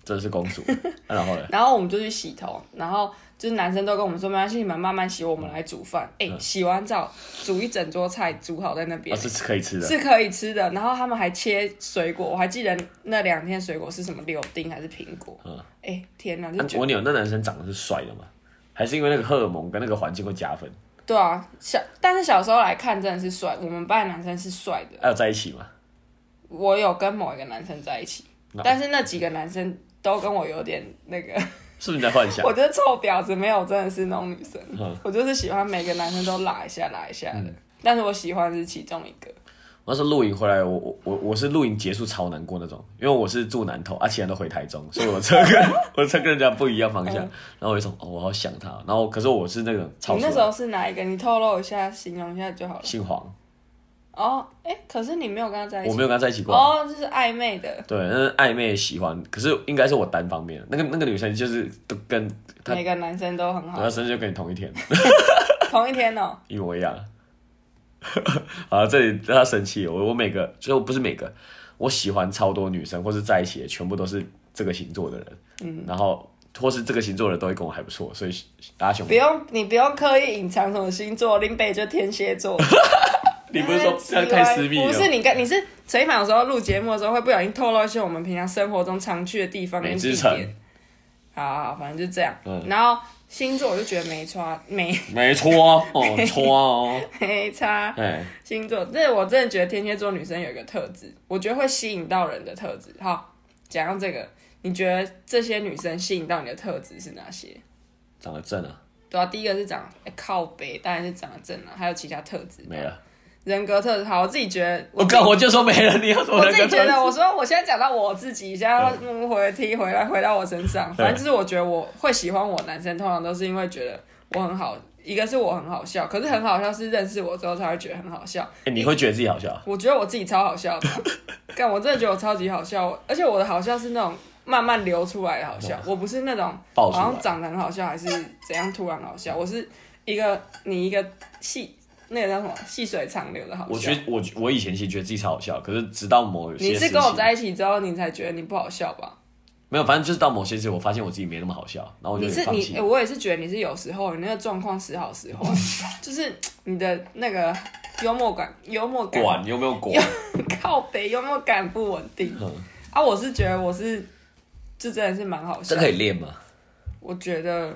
A: 真的是公 主。那然后呢？
B: 然后我们就去洗头，然后就是男生都跟我们说没关系，你们慢慢洗，我们来煮饭。哎、洗完澡煮一整桌菜，煮好在那
A: 嗯
B: 边
A: 啊，。是可以吃的。
B: 是可以吃的。然后他们还切水果，我还记得那两天水果是什么柳丁还是苹果。嗯，哎、天哪，就
A: 那我
B: 觉得
A: 问你哦，那男生长得是帅的吗？还是因为那个荷尔蒙跟那个环境会加分？
B: 对啊，小但是小时候来看真的是帅，我们班的男生是帅的。
A: 还有在一起吗？
B: 我有跟某一个男生在一起，但是那几个男生都跟我有点那个，
A: 是不是你在幻想
B: 我？觉得臭婊子没有真的是那种女生，
A: 嗯
B: 我就是喜欢每个男生都拉一下拉一下的，但是我喜欢是其中一个。
A: 我那时候露营回来，我我我我是露营结束超难过那种，因为我是住南头，啊，其他人都回台中，所以我车 跟我车跟人家不一样方向，
B: 嗯
A: 然后我有一种哦，我好想他，然后可是我是那种超
B: 你
A: 出
B: 那
A: 来
B: 时候是哪一个？你透露一下，形容一下就好了。
A: 姓黄，
B: 哦，哎、可是你没有跟他在一
A: 我
B: 起
A: 没。有跟他在一起过，
B: 哦，就是暧昧的，
A: 对，那是暧昧喜欢，可是应该是我单方面的，那个那个女生就是都跟她，
B: 每个男生都很好
A: 她，生日就跟你同一天，
B: 同一天哦。
A: 一模一样。 啊，这里让他生气，我我每个就是我不是每个，我喜欢超多女生，或是在一起的全部都是这个星座的人，嗯，然后或是这个星座的人都会跟我还不错，所以大家兄
B: 不
A: 弟，
B: 用，你不用刻意隐藏什么星座，林北就天蝎座。
A: 你不是说这样
B: 奇怪
A: 太私密了？
B: 不是你跟你是陈一凡有时候录节目的时候会不小心透露一些我们平常生活中常去的地方跟
A: 美
B: 地
A: 之
B: 点
A: 城。
B: 好好好，反正就这样。
A: 嗯
B: 然后星座我就觉得没差，没
A: 没错哦，哦错哦，
B: 没差。
A: 哎，
B: 星座，这我真的觉得天蝎座女生有一个特质，我觉得会吸引到人的特质。好，讲到这个，你觉得这些女生吸引到你的特质是哪些？
A: 长得正啊，
B: 对啊，第一个是长、欸、靠北，当然是长得正啊，还有其他特质，
A: 没了，
B: 人格特质。好，我自己觉得，
A: 我
B: 我
A: 刚我就说没了，你要说
B: 我
A: 那
B: 自己
A: 个
B: 觉
A: 特
B: 得，
A: 质
B: 我说我现在讲到我自己，现在要嗯回踢回来回到我身上，
A: 嗯
B: 反正就是我觉得我会喜欢我的男生，通常都是因为觉得我很好，一个是我很好笑，可是很好笑是认识我之后才会觉得很好笑。
A: 哎你会觉得自己好笑啊，
B: 我觉得我自己超好 笑的啊，但我真的觉得我超级好笑，而且我的好笑是那种慢慢流出来的好笑，我不是那种
A: 嗯爆
B: 好
A: 出来
B: 像长得很好笑还是怎样突然好笑，我是一个你一个细那个叫什么细水长流的好
A: 我
B: 笑
A: 觉。得我我以前其实觉得自己超好笑，可是直到某些
B: 你是
A: 事
B: 跟我
A: 情
B: 在一起之后，你才觉得你不好笑吧？
A: 没有，反正就是到某些时候，我发现我自己没那么好笑，然后我就
B: 你
A: 有
B: 是
A: 点放
B: 你、
A: 弃。
B: 欸我也是觉得你是有时候你那个状况时好时 坏，就是你的那个幽默感，幽默感
A: 管啊有没有管？
B: 靠北幽默感不稳定。
A: 嗯
B: 啊，我是觉得我是，就真的是蛮好笑
A: 这
B: 的。
A: 可以练 吗？
B: 我觉得，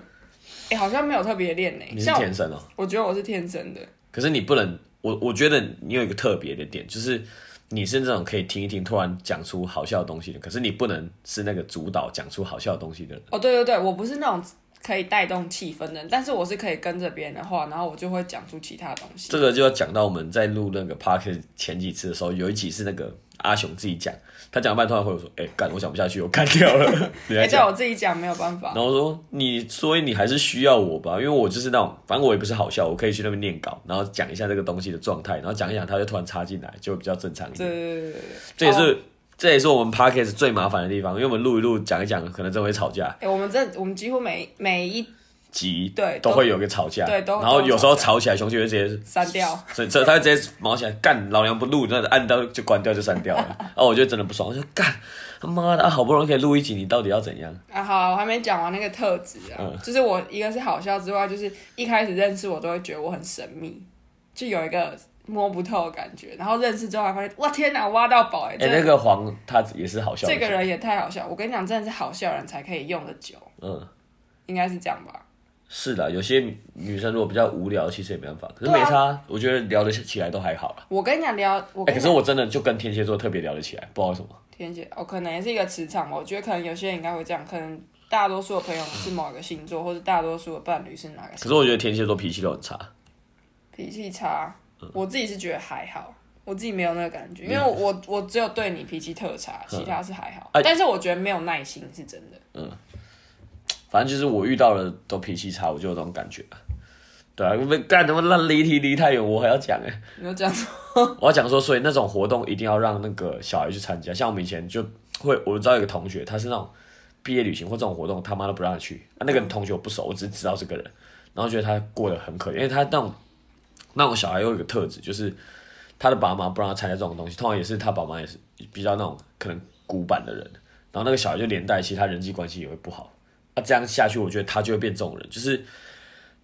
B: 哎、好像没有特别练呢、
A: 你是
B: 像
A: 天
B: 我，
A: 生哦、
B: 我觉得我是天生的，
A: 可是你不能，我我觉得你有一个特别的点，就是你是那种可以听一听，突然讲出好笑的东西的，可是你不能是那个主导讲出好笑的东西的人。
B: 哦，对对对，我不是那种可以带动气氛的人，但是我是可以跟着别人的话，然后我就会讲出其他东西。
A: 这个就要讲到我们在录那个 p o d c a s t 前几次的时候，有一集是那个阿雄自己讲，他讲到半突然回我说：“哎、干，我讲不下去，我干掉了。” 你
B: 哎，
A: 来
B: 对
A: 讲。
B: 我自己讲没有办法
A: 然。后我说：“你，所以你还是需要我吧，因为我就是那种，反正我也不是好笑，我可以去那边念稿，然后讲一下这个东西的状态，然后讲一讲，他就突然插进来，就比较正常一
B: 对哦
A: 点。
B: 对对对对。
A: 这也是、这也是我们 podcast 最麻烦的地方，因为我们录一录讲一讲，可能真的会吵架，
B: 哎、我们这我们几乎每每一
A: 急
B: 对
A: 都
B: 都
A: 会有个吵架，
B: 对都
A: 然后有时候
B: 都吵
A: 吵起来，熊姐会直接
B: 删 掉，
A: 所以这他直接毛起来，干老娘不录，那按到就关掉就删掉 了。哦，我就真的不爽，我说干他妈的、啊，好不容易可以录一集，你到底要怎样？
B: 啊，好啊我还没讲完那个特质啊，
A: 嗯
B: 就是我一个是好笑之外，就是一开始认识我都会觉得我很神秘，就有一个摸不透的感觉。然后认识之后还发现，哇天哪，挖到宝哎、
A: 哎、
B: 这
A: 那个黄他也是好笑的，
B: 这个人也太好笑。我跟你讲，真的是好笑的人才可以用的久，
A: 嗯，
B: 应该是这样吧？
A: 是的，有些女女生如果比较无聊，其实也没办法，可是
B: 对
A: 没
B: 啊
A: 差，我觉得聊得起来都还好啦。
B: 我跟你讲聊，我
A: 哎、
B: 跟
A: 可
B: 你
A: 是
B: 讲、
A: 我真的就跟天蝎座特别聊得起来，不知道为什么。
B: 天蝎，哦，可能也是一个磁场吧。我觉得可能有些人应该会这样，可能大多数的朋友是某个星座，或者大多数的伴侣是哪个星
A: 可是我觉得天蝎座脾气都很差，
B: 脾气差，
A: 嗯
B: 我自己是觉得还好，我自己没有那个感觉，因为我我我只有对你脾气特差，其他是还好，
A: 哎
B: 但是我觉得没有耐心是真的。
A: 反正就是我遇到的都脾气差，我就有这种感觉。对啊，因为干他妈烂离题离太远，我还要讲哎、
B: 你就这样说，
A: 我要讲说，所以那种活动一定要让那个小孩去参加。像我们以前就会，我知道有个同学，他是那种毕业旅行或这种活动，他妈都不让他去。啊，那个同学我不熟，我只是知道这个人，然后觉得他过得很可怜，因为他那种那种小孩又有一个特质，就是他的爸妈不让他参加这种东西，通常也是他爸妈也是比较那种可能古板的人，然后那个小孩就连带其他人际关系也会不好。那、这样下去，我觉得他就会变这种人，就是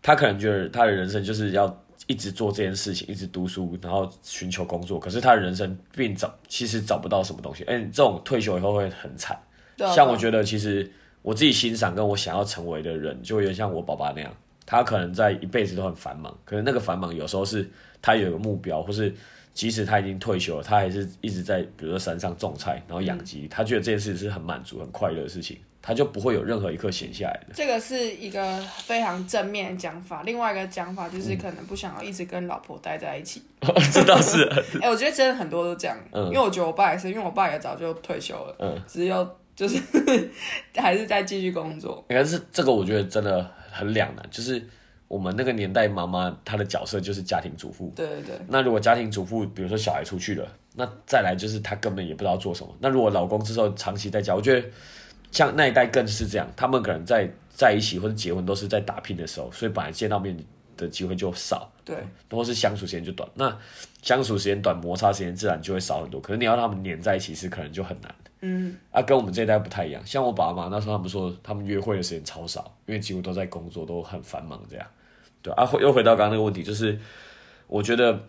A: 他可能觉得他的人生就是要一直做这件事情，一直读书，然后寻求工作，可是他的人生并找其实找不到什么东西。哎、这种退休以后会很惨。
B: 对啊
A: 像我觉得其实我自己欣赏跟我想要成为的人，就有点像我爸爸那样，他可能在一辈子都很繁忙，可是那个繁忙有时候是他有一个目标，或是即使他已经退休了，他还是一直在比如说山上种菜，然后养鸡，他觉得这件事是很满足、很快乐的事情，他就不会有任何一刻闲下来 的。
B: 这个是一个非常正面的讲法，另外一个讲法
A: 嗯
B: 就是可能不想要一直跟老婆待在一起。
A: 这倒是，
B: 哎、我觉得真的很多都这样，
A: 嗯
B: 因为我觉得我爸也是，因为我爸也早就退休了，只有就是 还是在继续工作。
A: 可是这个我觉得真的很两难，就是我们那个年代妈妈她的角色就是家庭主妇，
B: 对对对，
A: 那如果家庭主妇，比如说小孩出去了，那再来就是她根本也不知道做什么。那如果老公这时候长期在家，我觉得像那一代更是这样，他们可能在在一起或者结婚都是在打拼的时候，所以本来见到面的机会就少，
B: 对，
A: 或是相处时间就短。那相处时间短，摩擦时间自然就会少很多。可是你要让他们黏在一起，是可能就很难。嗯，啊，跟我们这一代不太一样。像我爸妈那时候，他们说他们约会的时间超少，因为几乎都在工作，都很繁忙这样。对啊，回又回到刚刚那个问题，就是我觉得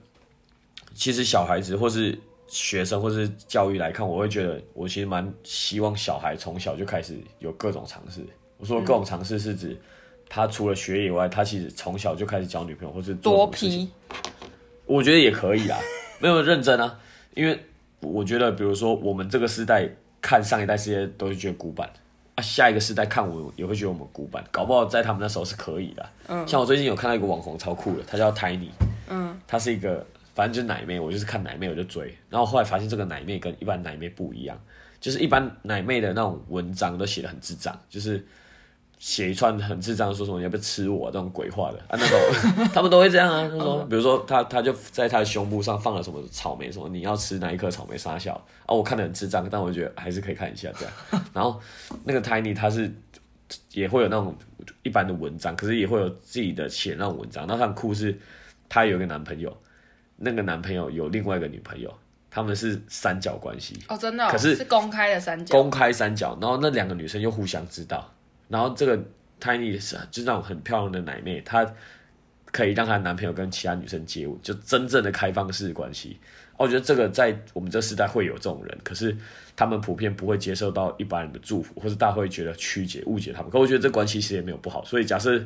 A: 其实小孩子或是学生或是教育来看，我会觉得我其实蛮希望小孩从小就开始有各种尝试。我说的
B: 嗯
A: 各种尝试是指。他除了学以外，他其实从小就开始交女朋友，或是做
B: 多
A: 什么事情
B: 批，
A: 我觉得也可以啦，没有认真啊，因为我觉得，比如说我们这个世代看上一代世界都是觉得古板，啊，下一个世代看我们也会觉得我们古板，搞不好在他们那时候是可以的。嗯，像我最近有看到一个网红超酷的，他叫 Tiny，嗯，他是一个反正就是奶妹，我就是看奶妹我就追，然后后来发现这个奶妹跟一般奶妹不一样，就是一般奶妹的那种文章都写的很智障，就是。写一串很智障的说什么你要不要吃我、啊、这种鬼话的啊，那种他们都会这样啊。他说，比如说他他就在他的胸部上放了什么草莓，什么你要吃哪一颗草莓傻笑啊，我看的很智障，但我觉得还是可以看一下这样。然后那个 Tiny 他是也会有那种一般的文章，可是也会有自己的写那种文章。那他很酷是，他有一个男朋友，那个男朋友有另外一个女朋友，他们是三角关系。
B: 哦，真的哦、
A: 可是
B: 公开的三角，
A: 公开三角，然后那两个女生又互相知道，然后这个 Tiny 是就是那种很漂亮的奶妹，她可以让她男朋友跟其他女生接吻，就真正的开放式关系。哦我觉得这个在我们这时代会有这种人，可是他们普遍不会接受到一般人的祝福，或是大家会觉得曲解、误解他们。可我觉得这关系其实也没有不好，所以假设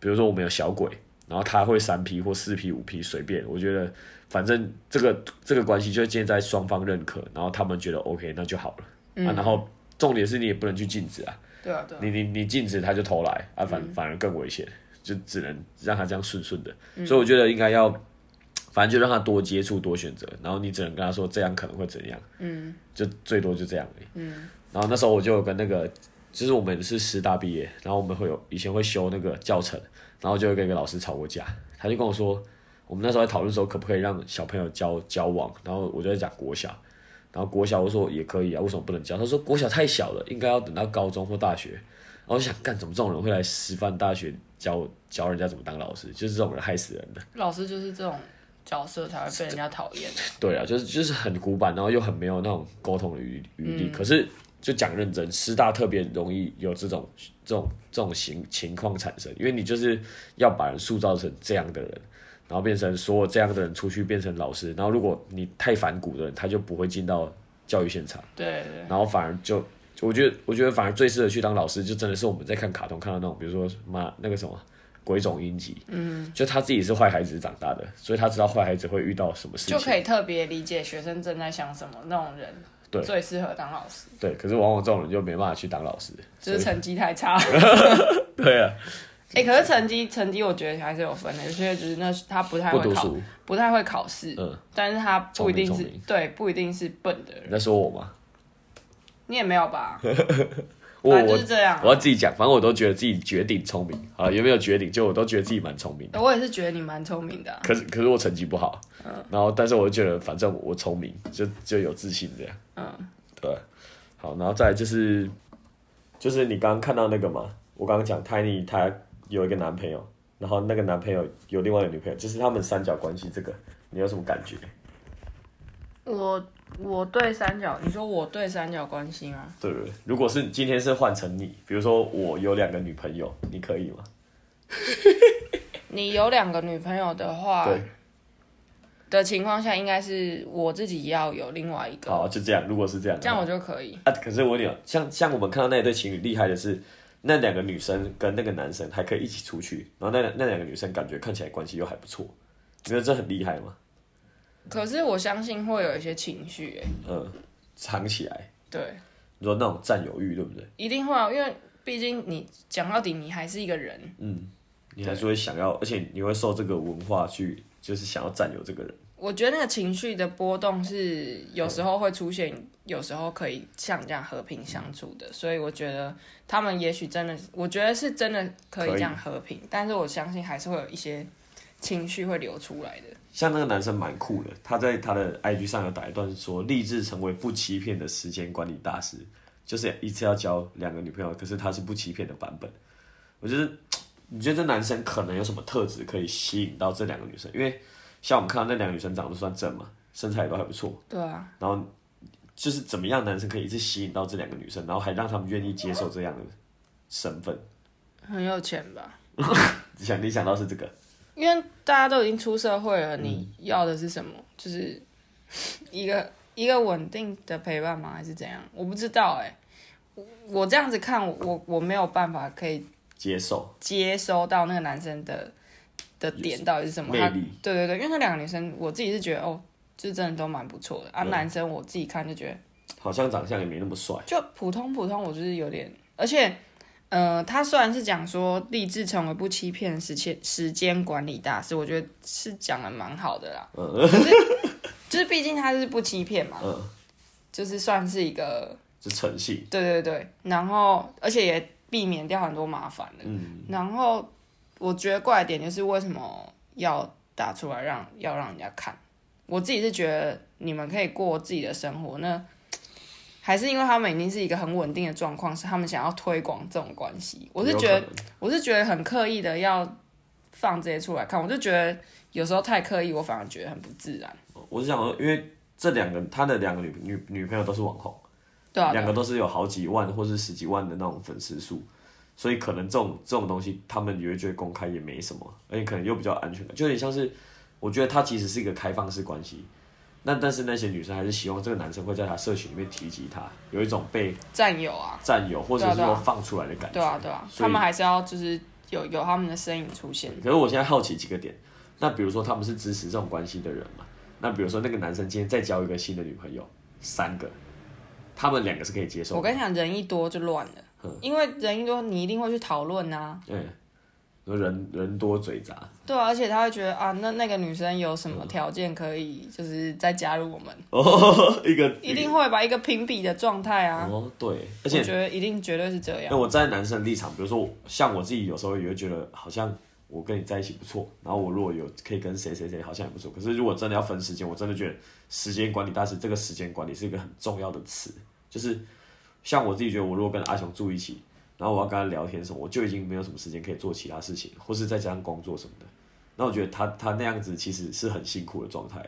A: 比如说我们有小鬼，然后他会三 P 或四 P、五 P 随便，我觉得反正这个这个关系就建立在双方认可，然后他们觉得 OK 那就好了、啊。然后重点是你也不能去禁止啊，
B: 对啊对啊，
A: 你你你禁止他就偷来嗯啊，反反而更危险，就只能让他这样顺顺的。所以我觉得应该要，反正就让他多接触、多选择，然后你只能跟他说这样可能会怎样，嗯，就最多就这样而已，嗯。然后那时候我就有跟那个，就是我们是师大毕业，然后我们会有以前会修那个教程，然后就会跟一个老师吵过架，他就跟我说，我们那时候在讨论说可不可以让小朋友交交往，然后我就在讲国小，然后国小我说也可以啊，为什么不能教？他说国小太小了，应该要等到高中或大学。然后我就想，干怎么这种人会来师范大学教教人家怎么当老师？就是这种人害死人的。
B: 老师就是这种角色才会被人家讨厌。
A: 对啊，就是就是很古板，然后又很没有那种沟通的余余地。可是就讲认真，师大特别容易有这种这种这种情情况产生，因为你就是要把人塑造成这样的人，然后变成所有这样的人出去变成老师，然后如果你太反骨的人，他就不会进到教育现场，
B: 对对，
A: 然后反而就。就我觉得，我觉得反而最适合去当老师，就真的是我们在看卡通看到那种，比如说妈那个什么鬼冢英吉，嗯，就他自己是坏孩子长大的，所以他知道坏孩子会遇到什么事情，
B: 就可以特别理解学生正在想什么那种人，
A: 对
B: 最适合当老师，
A: 对，可是往往这种人就没办法去当老师。
B: 就是成绩 太差。
A: 对啊，
B: 哎、可是成绩成绩我觉得还是有分的，有些就是那他不 太
A: 不
B: 会
A: 读
B: 考，不
A: 书。
B: 太会考试，
A: 嗯
B: 但是他不一定
A: 聪
B: 是
A: 明聪明
B: 对，不一定是笨的人
A: 你，在说我吗？
B: 你也没有吧？
A: 我
B: 反正
A: 哦
B: 就
A: 我
B: 是这样啊
A: 我要自己讲，反正我都觉得自己绝顶聪明。好了，有没有绝顶？就我都觉得自己蛮聪明的。
B: 我也是觉得你蛮聪明的啊、
A: 可是可是我成绩不好，
B: 嗯
A: 然后但是我就觉得反正我聪明，就就有自信这样。
B: 嗯，
A: 对，好，然后再来就是就是你刚刚看到那个嘛，我刚刚讲 Tiny 她有一个男朋友，然后那个男朋友有另外一个女朋友，就是他们三角关系这个，你有什么感觉？
B: 我我对三角，你说我对三角关系吗？
A: 对不对？如果是今天是换成你，比如说我有两个女朋友，你可以吗？
B: 你有两个女朋友的话，
A: 对，
B: 的情况下，应该是我自己要有另外一个，
A: 好，就这样。如果是这样，
B: 这样我就可以。
A: 啊，可是我有点像像我们看到那一对情侣厉害的是，那两个女生跟那个男生还可以一起出去，然后那两那两个女生感觉看起来关系又还不错，你觉得这很厉害吗？
B: 可是我相信会有一些情绪，哎，
A: 嗯，藏起来，
B: 对，
A: 你说那种占有欲对不对？
B: 一定会啊，因为毕竟你讲到底，你还是一个人，
A: 你还是会想要，而且你会受这个文化去，就是想要占有这个人。
B: 我觉得那个情绪的波动是有时候会出现，有时候可以像这样和平相处的，所以我觉得他们也许真的，我觉得是真的可以
A: 可以
B: 这样和平，但是我相信还是会有一些情绪会流出来的。
A: 像那个男生蛮酷的，他在他的 IG 上有打一段说，立志成为不欺骗的时间管理大师，就是一次要交两个女朋友，可是他是不欺骗的版本。我觉得，你觉得这男生可能有什么特质可以吸引到这两个女生？因为像我们看到那两个女生长得算正嘛，身材也都还不错，
B: 对啊，
A: 然后就是怎么样男生可以一直吸引到这两个女生，然后还让他们愿意接受这样的身份？
B: 很有钱吧？
A: 你想你想到是这个？
B: 因为大家都已经出社会了，你要的是什么？就是一个一个稳定的陪伴吗？还是怎样？我不知道哎、我我这样子看，我我我没有办法可以
A: 接受，
B: 接收到那个男生的的点到底是什么。
A: 魅
B: 他
A: 力
B: 对对对，因为那两个女生，我自己是觉得哦，就真的都蛮不错的啊。男生我自己看就觉得
A: 好像长相也没那么帅，
B: 就普通普通，我就是有点，而且，呃，他虽然是讲说立志成为不欺骗时间时间管理大师，我觉得是讲的蛮好的啦。可是，就是毕竟他是不欺骗嘛，
A: 嗯，
B: 就是算是一个，
A: 是诚信，
B: 对对对，然后而且也避免掉很多麻烦了。
A: 嗯，
B: 然后我觉得怪的点就是为什么要打出来让要让人家看？我自己是觉得你们可以过自己的生活，那还是因为他们已经是一个很稳定的状况，是他们想要推广这种关系。我是觉
A: 有
B: 得
A: 可能
B: 我是觉得很刻意的要放这些出来看，我就觉得有时候太刻意，我反而觉得很不自然。
A: 我是想说，因为这两个他的两个女女女朋友都是网红，
B: 对啊，
A: 两个都是有好几万或是十几万的那种粉丝数，所以可能这种这种东西，他们也会觉得公开也没什么，而且可能又比较安全感，就有点像是，我觉得他其实是一个开放式关系。那但是那些女生还是希望这个男生会在他社群里面提及他，有一种被
B: 占有啊，
A: 占有或者是
B: 对啊对
A: 说
B: 啊
A: 放出来的感觉。
B: 对啊对啊，
A: 所以
B: 他们还是要就是有有他们的身影出现。
A: 可是我现在好奇几个点，那比如说他们是支持这种关系的人嘛？那比如说那个男生今天再交一个新的女朋友，三个，他们两个是可以接受的。
B: 我跟你讲，人一多就乱了，因为人一多，你一定会去讨论啊。
A: 嗯，人人多嘴杂，
B: 对啊，而且他会觉得啊，那那个女生有什么条件可以就是再加入我们？
A: 哦，一个
B: 一定会吧，一个评比的状态啊，
A: 哦，对，而
B: 我
A: 且
B: 觉得一定绝对是这
A: 那
B: 样。
A: 我站在男生的立场，比如说我像我自己有时候也会觉得好像。我跟你在一起不错，然后我如果有可以跟谁谁谁好像也不错。可是如果真的要分时间，我真的觉得时间管理大师这个时间管理是一个很重要的词。就是像我自己觉得，我如果跟阿雄住一起，然后我要跟他聊天什么，我就已经没有什么时间可以做其他事情，或是再加上工作什么的。那我觉得他他那样子其实是很辛苦的状态。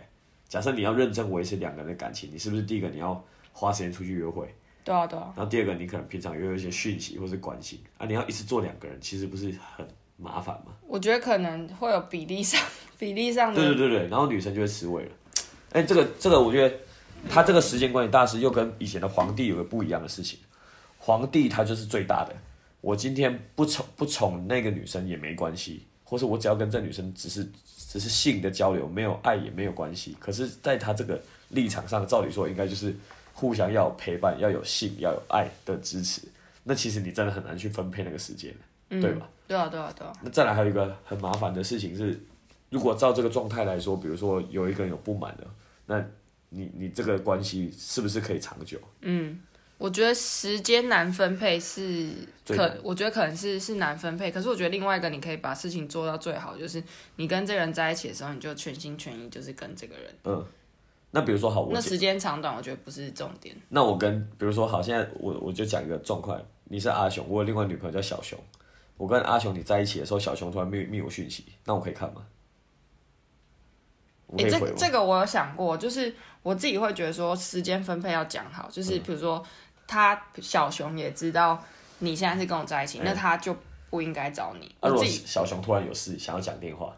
A: 假设你要认真维持两个人的感情，你是不是第一个你要花时间出去约会？
B: 对啊，对啊，
A: 然后第二个，你可能平常也有一些讯息或是关心啊，你要一次做两个人，其实不是很麻烦吗？
B: 我觉得可能会有比例上比例上
A: 对对
B: 的，
A: 对对，然后女生就会吃味了。哎，这个这个，我觉得他这个时间管理大师又跟以前的皇帝有个不一样的事情，皇帝他就是最大的，我今天不宠不宠那个女生也没关系，或是我只要跟这女生只是只是性的交流，没有爱也没有关系。可是，在他这个立场上，照理说应该就是互相要有陪伴，要有性，要有爱的支持。那其实你真的很难去分配那个时间，对吧？
B: 对啊，对啊，对啊，
A: 那再来还有一个很麻烦的事情是，如果照这个状态来说，比如说有一个人有不满的，那你你这个关系是不是可以长久？
B: 我觉得时间难分配是
A: 最
B: 可
A: 难，
B: 我觉得可能是是难分配。可是我觉得另外一个，你可以把事情做到最好，就是你跟这个人在一起的时候，你就全心全意就是跟这个人。
A: 嗯，那比如说好，我
B: 那
A: 姐
B: 时间长短，我觉得不是重点。
A: 那我跟比如说好，现在我我就讲一个状况，你是阿雄，我有另外女朋友叫小熊，我跟阿雄你在一起的时候，小熊突然密密我讯息，那我可以看吗？我可
B: 诶，
A: 以
B: 这
A: 回吗？
B: 这个我有想过，就是我自己会觉得说时间分配要讲好，就是
A: 嗯
B: 比如说他小熊也知道你现在是跟我在一起，那他就不应该找你。
A: 哎啊，
B: 我
A: 如果
B: 自己
A: 小熊突然有事想要讲电话，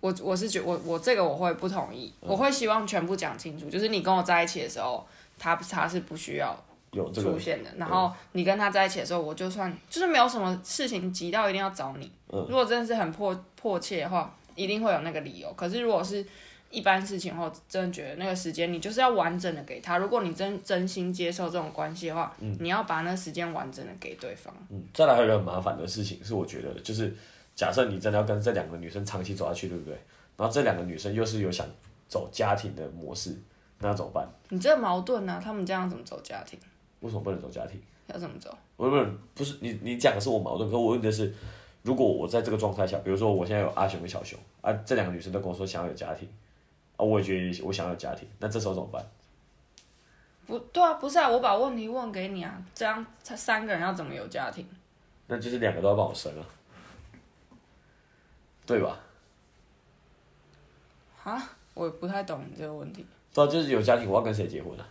B: 我我是觉我我这个我会不同意，
A: 嗯
B: 我会希望全部讲清楚，就是你跟我在一起的时候，他他是不需要
A: 有这个嗯
B: 出现的，然后你跟他在一起的时候，我就算就是没有什么事情急到一定要找你，
A: 嗯
B: 如果真的是很迫迫切的话，一定会有那个理由。可是如果是一般事情的话，我真的觉得那个时间你就是要完整的给他。如果你真真心接受这种关系的话，你要把那时间完整的给对方。
A: 嗯，再来还有一个很麻烦的事情是，我觉得就是假设你真的要跟这两个女生长期走下去，对不对？然后这两个女生又是有想走家庭的模式，那怎么办？
B: 你这矛盾呢、他们这样怎么走家庭？
A: 为什么不能走家庭？
B: 要怎么走？
A: 不是不是不是你你讲的是我矛盾，可我问的是，如果我在这个状态下，比如说我现在有阿雄跟小熊啊，这两个女生都跟我说想要有家庭啊，我也觉得我想要有家庭，那这时候怎么办？
B: 不对啊，不是啊，我把问题问给你啊，这样他三个人要怎么有家庭？
A: 那就是两个都要帮我生啊，对吧？
B: 我也不太懂你这个问题。
A: 对啊，就是有家庭，我要跟谁结婚啊？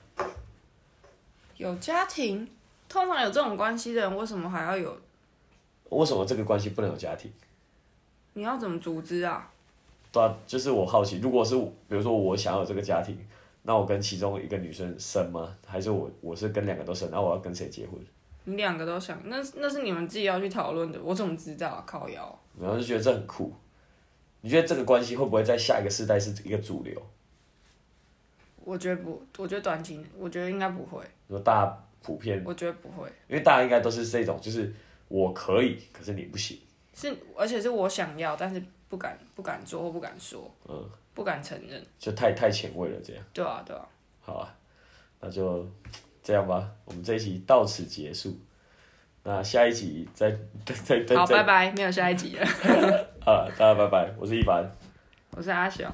B: 有家庭，通常有这种关系的人，为什么还要有？
A: 为什么这个关系不能有家庭？
B: 你要怎么组织啊？
A: 对啊，就是我好奇，如果是我比如说我想要有这个家庭，那我跟其中一个女生生吗？还是我我是跟两个都生？那我要跟谁结婚？
B: 你两个都想，那那是你们自己要去讨论的，我怎么知道啊？靠腰，
A: 然后就觉得这很酷。你觉得这个关系会不会在下一个世代是一个主流？
B: 我觉得不，我觉得短期，我觉得应该不会，
A: 你说大家普遍，
B: 我觉得不会，
A: 因为大家应该都是这种，就是我可以，可是你不行。
B: 是而且是我想要，但是不敢不敢做或不敢说，嗯，不敢承认，
A: 就太太前卫了这样。
B: 对啊对啊，
A: 好啊，那就这样吧，我们这一集到此结束。那下一集再再再再
B: 好，
A: 再
B: 拜拜，没有下一集了，
A: 啊，大家拜拜，我是一凡。
B: 我是阿雄。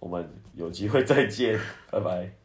A: 我们有机会再见，拜拜。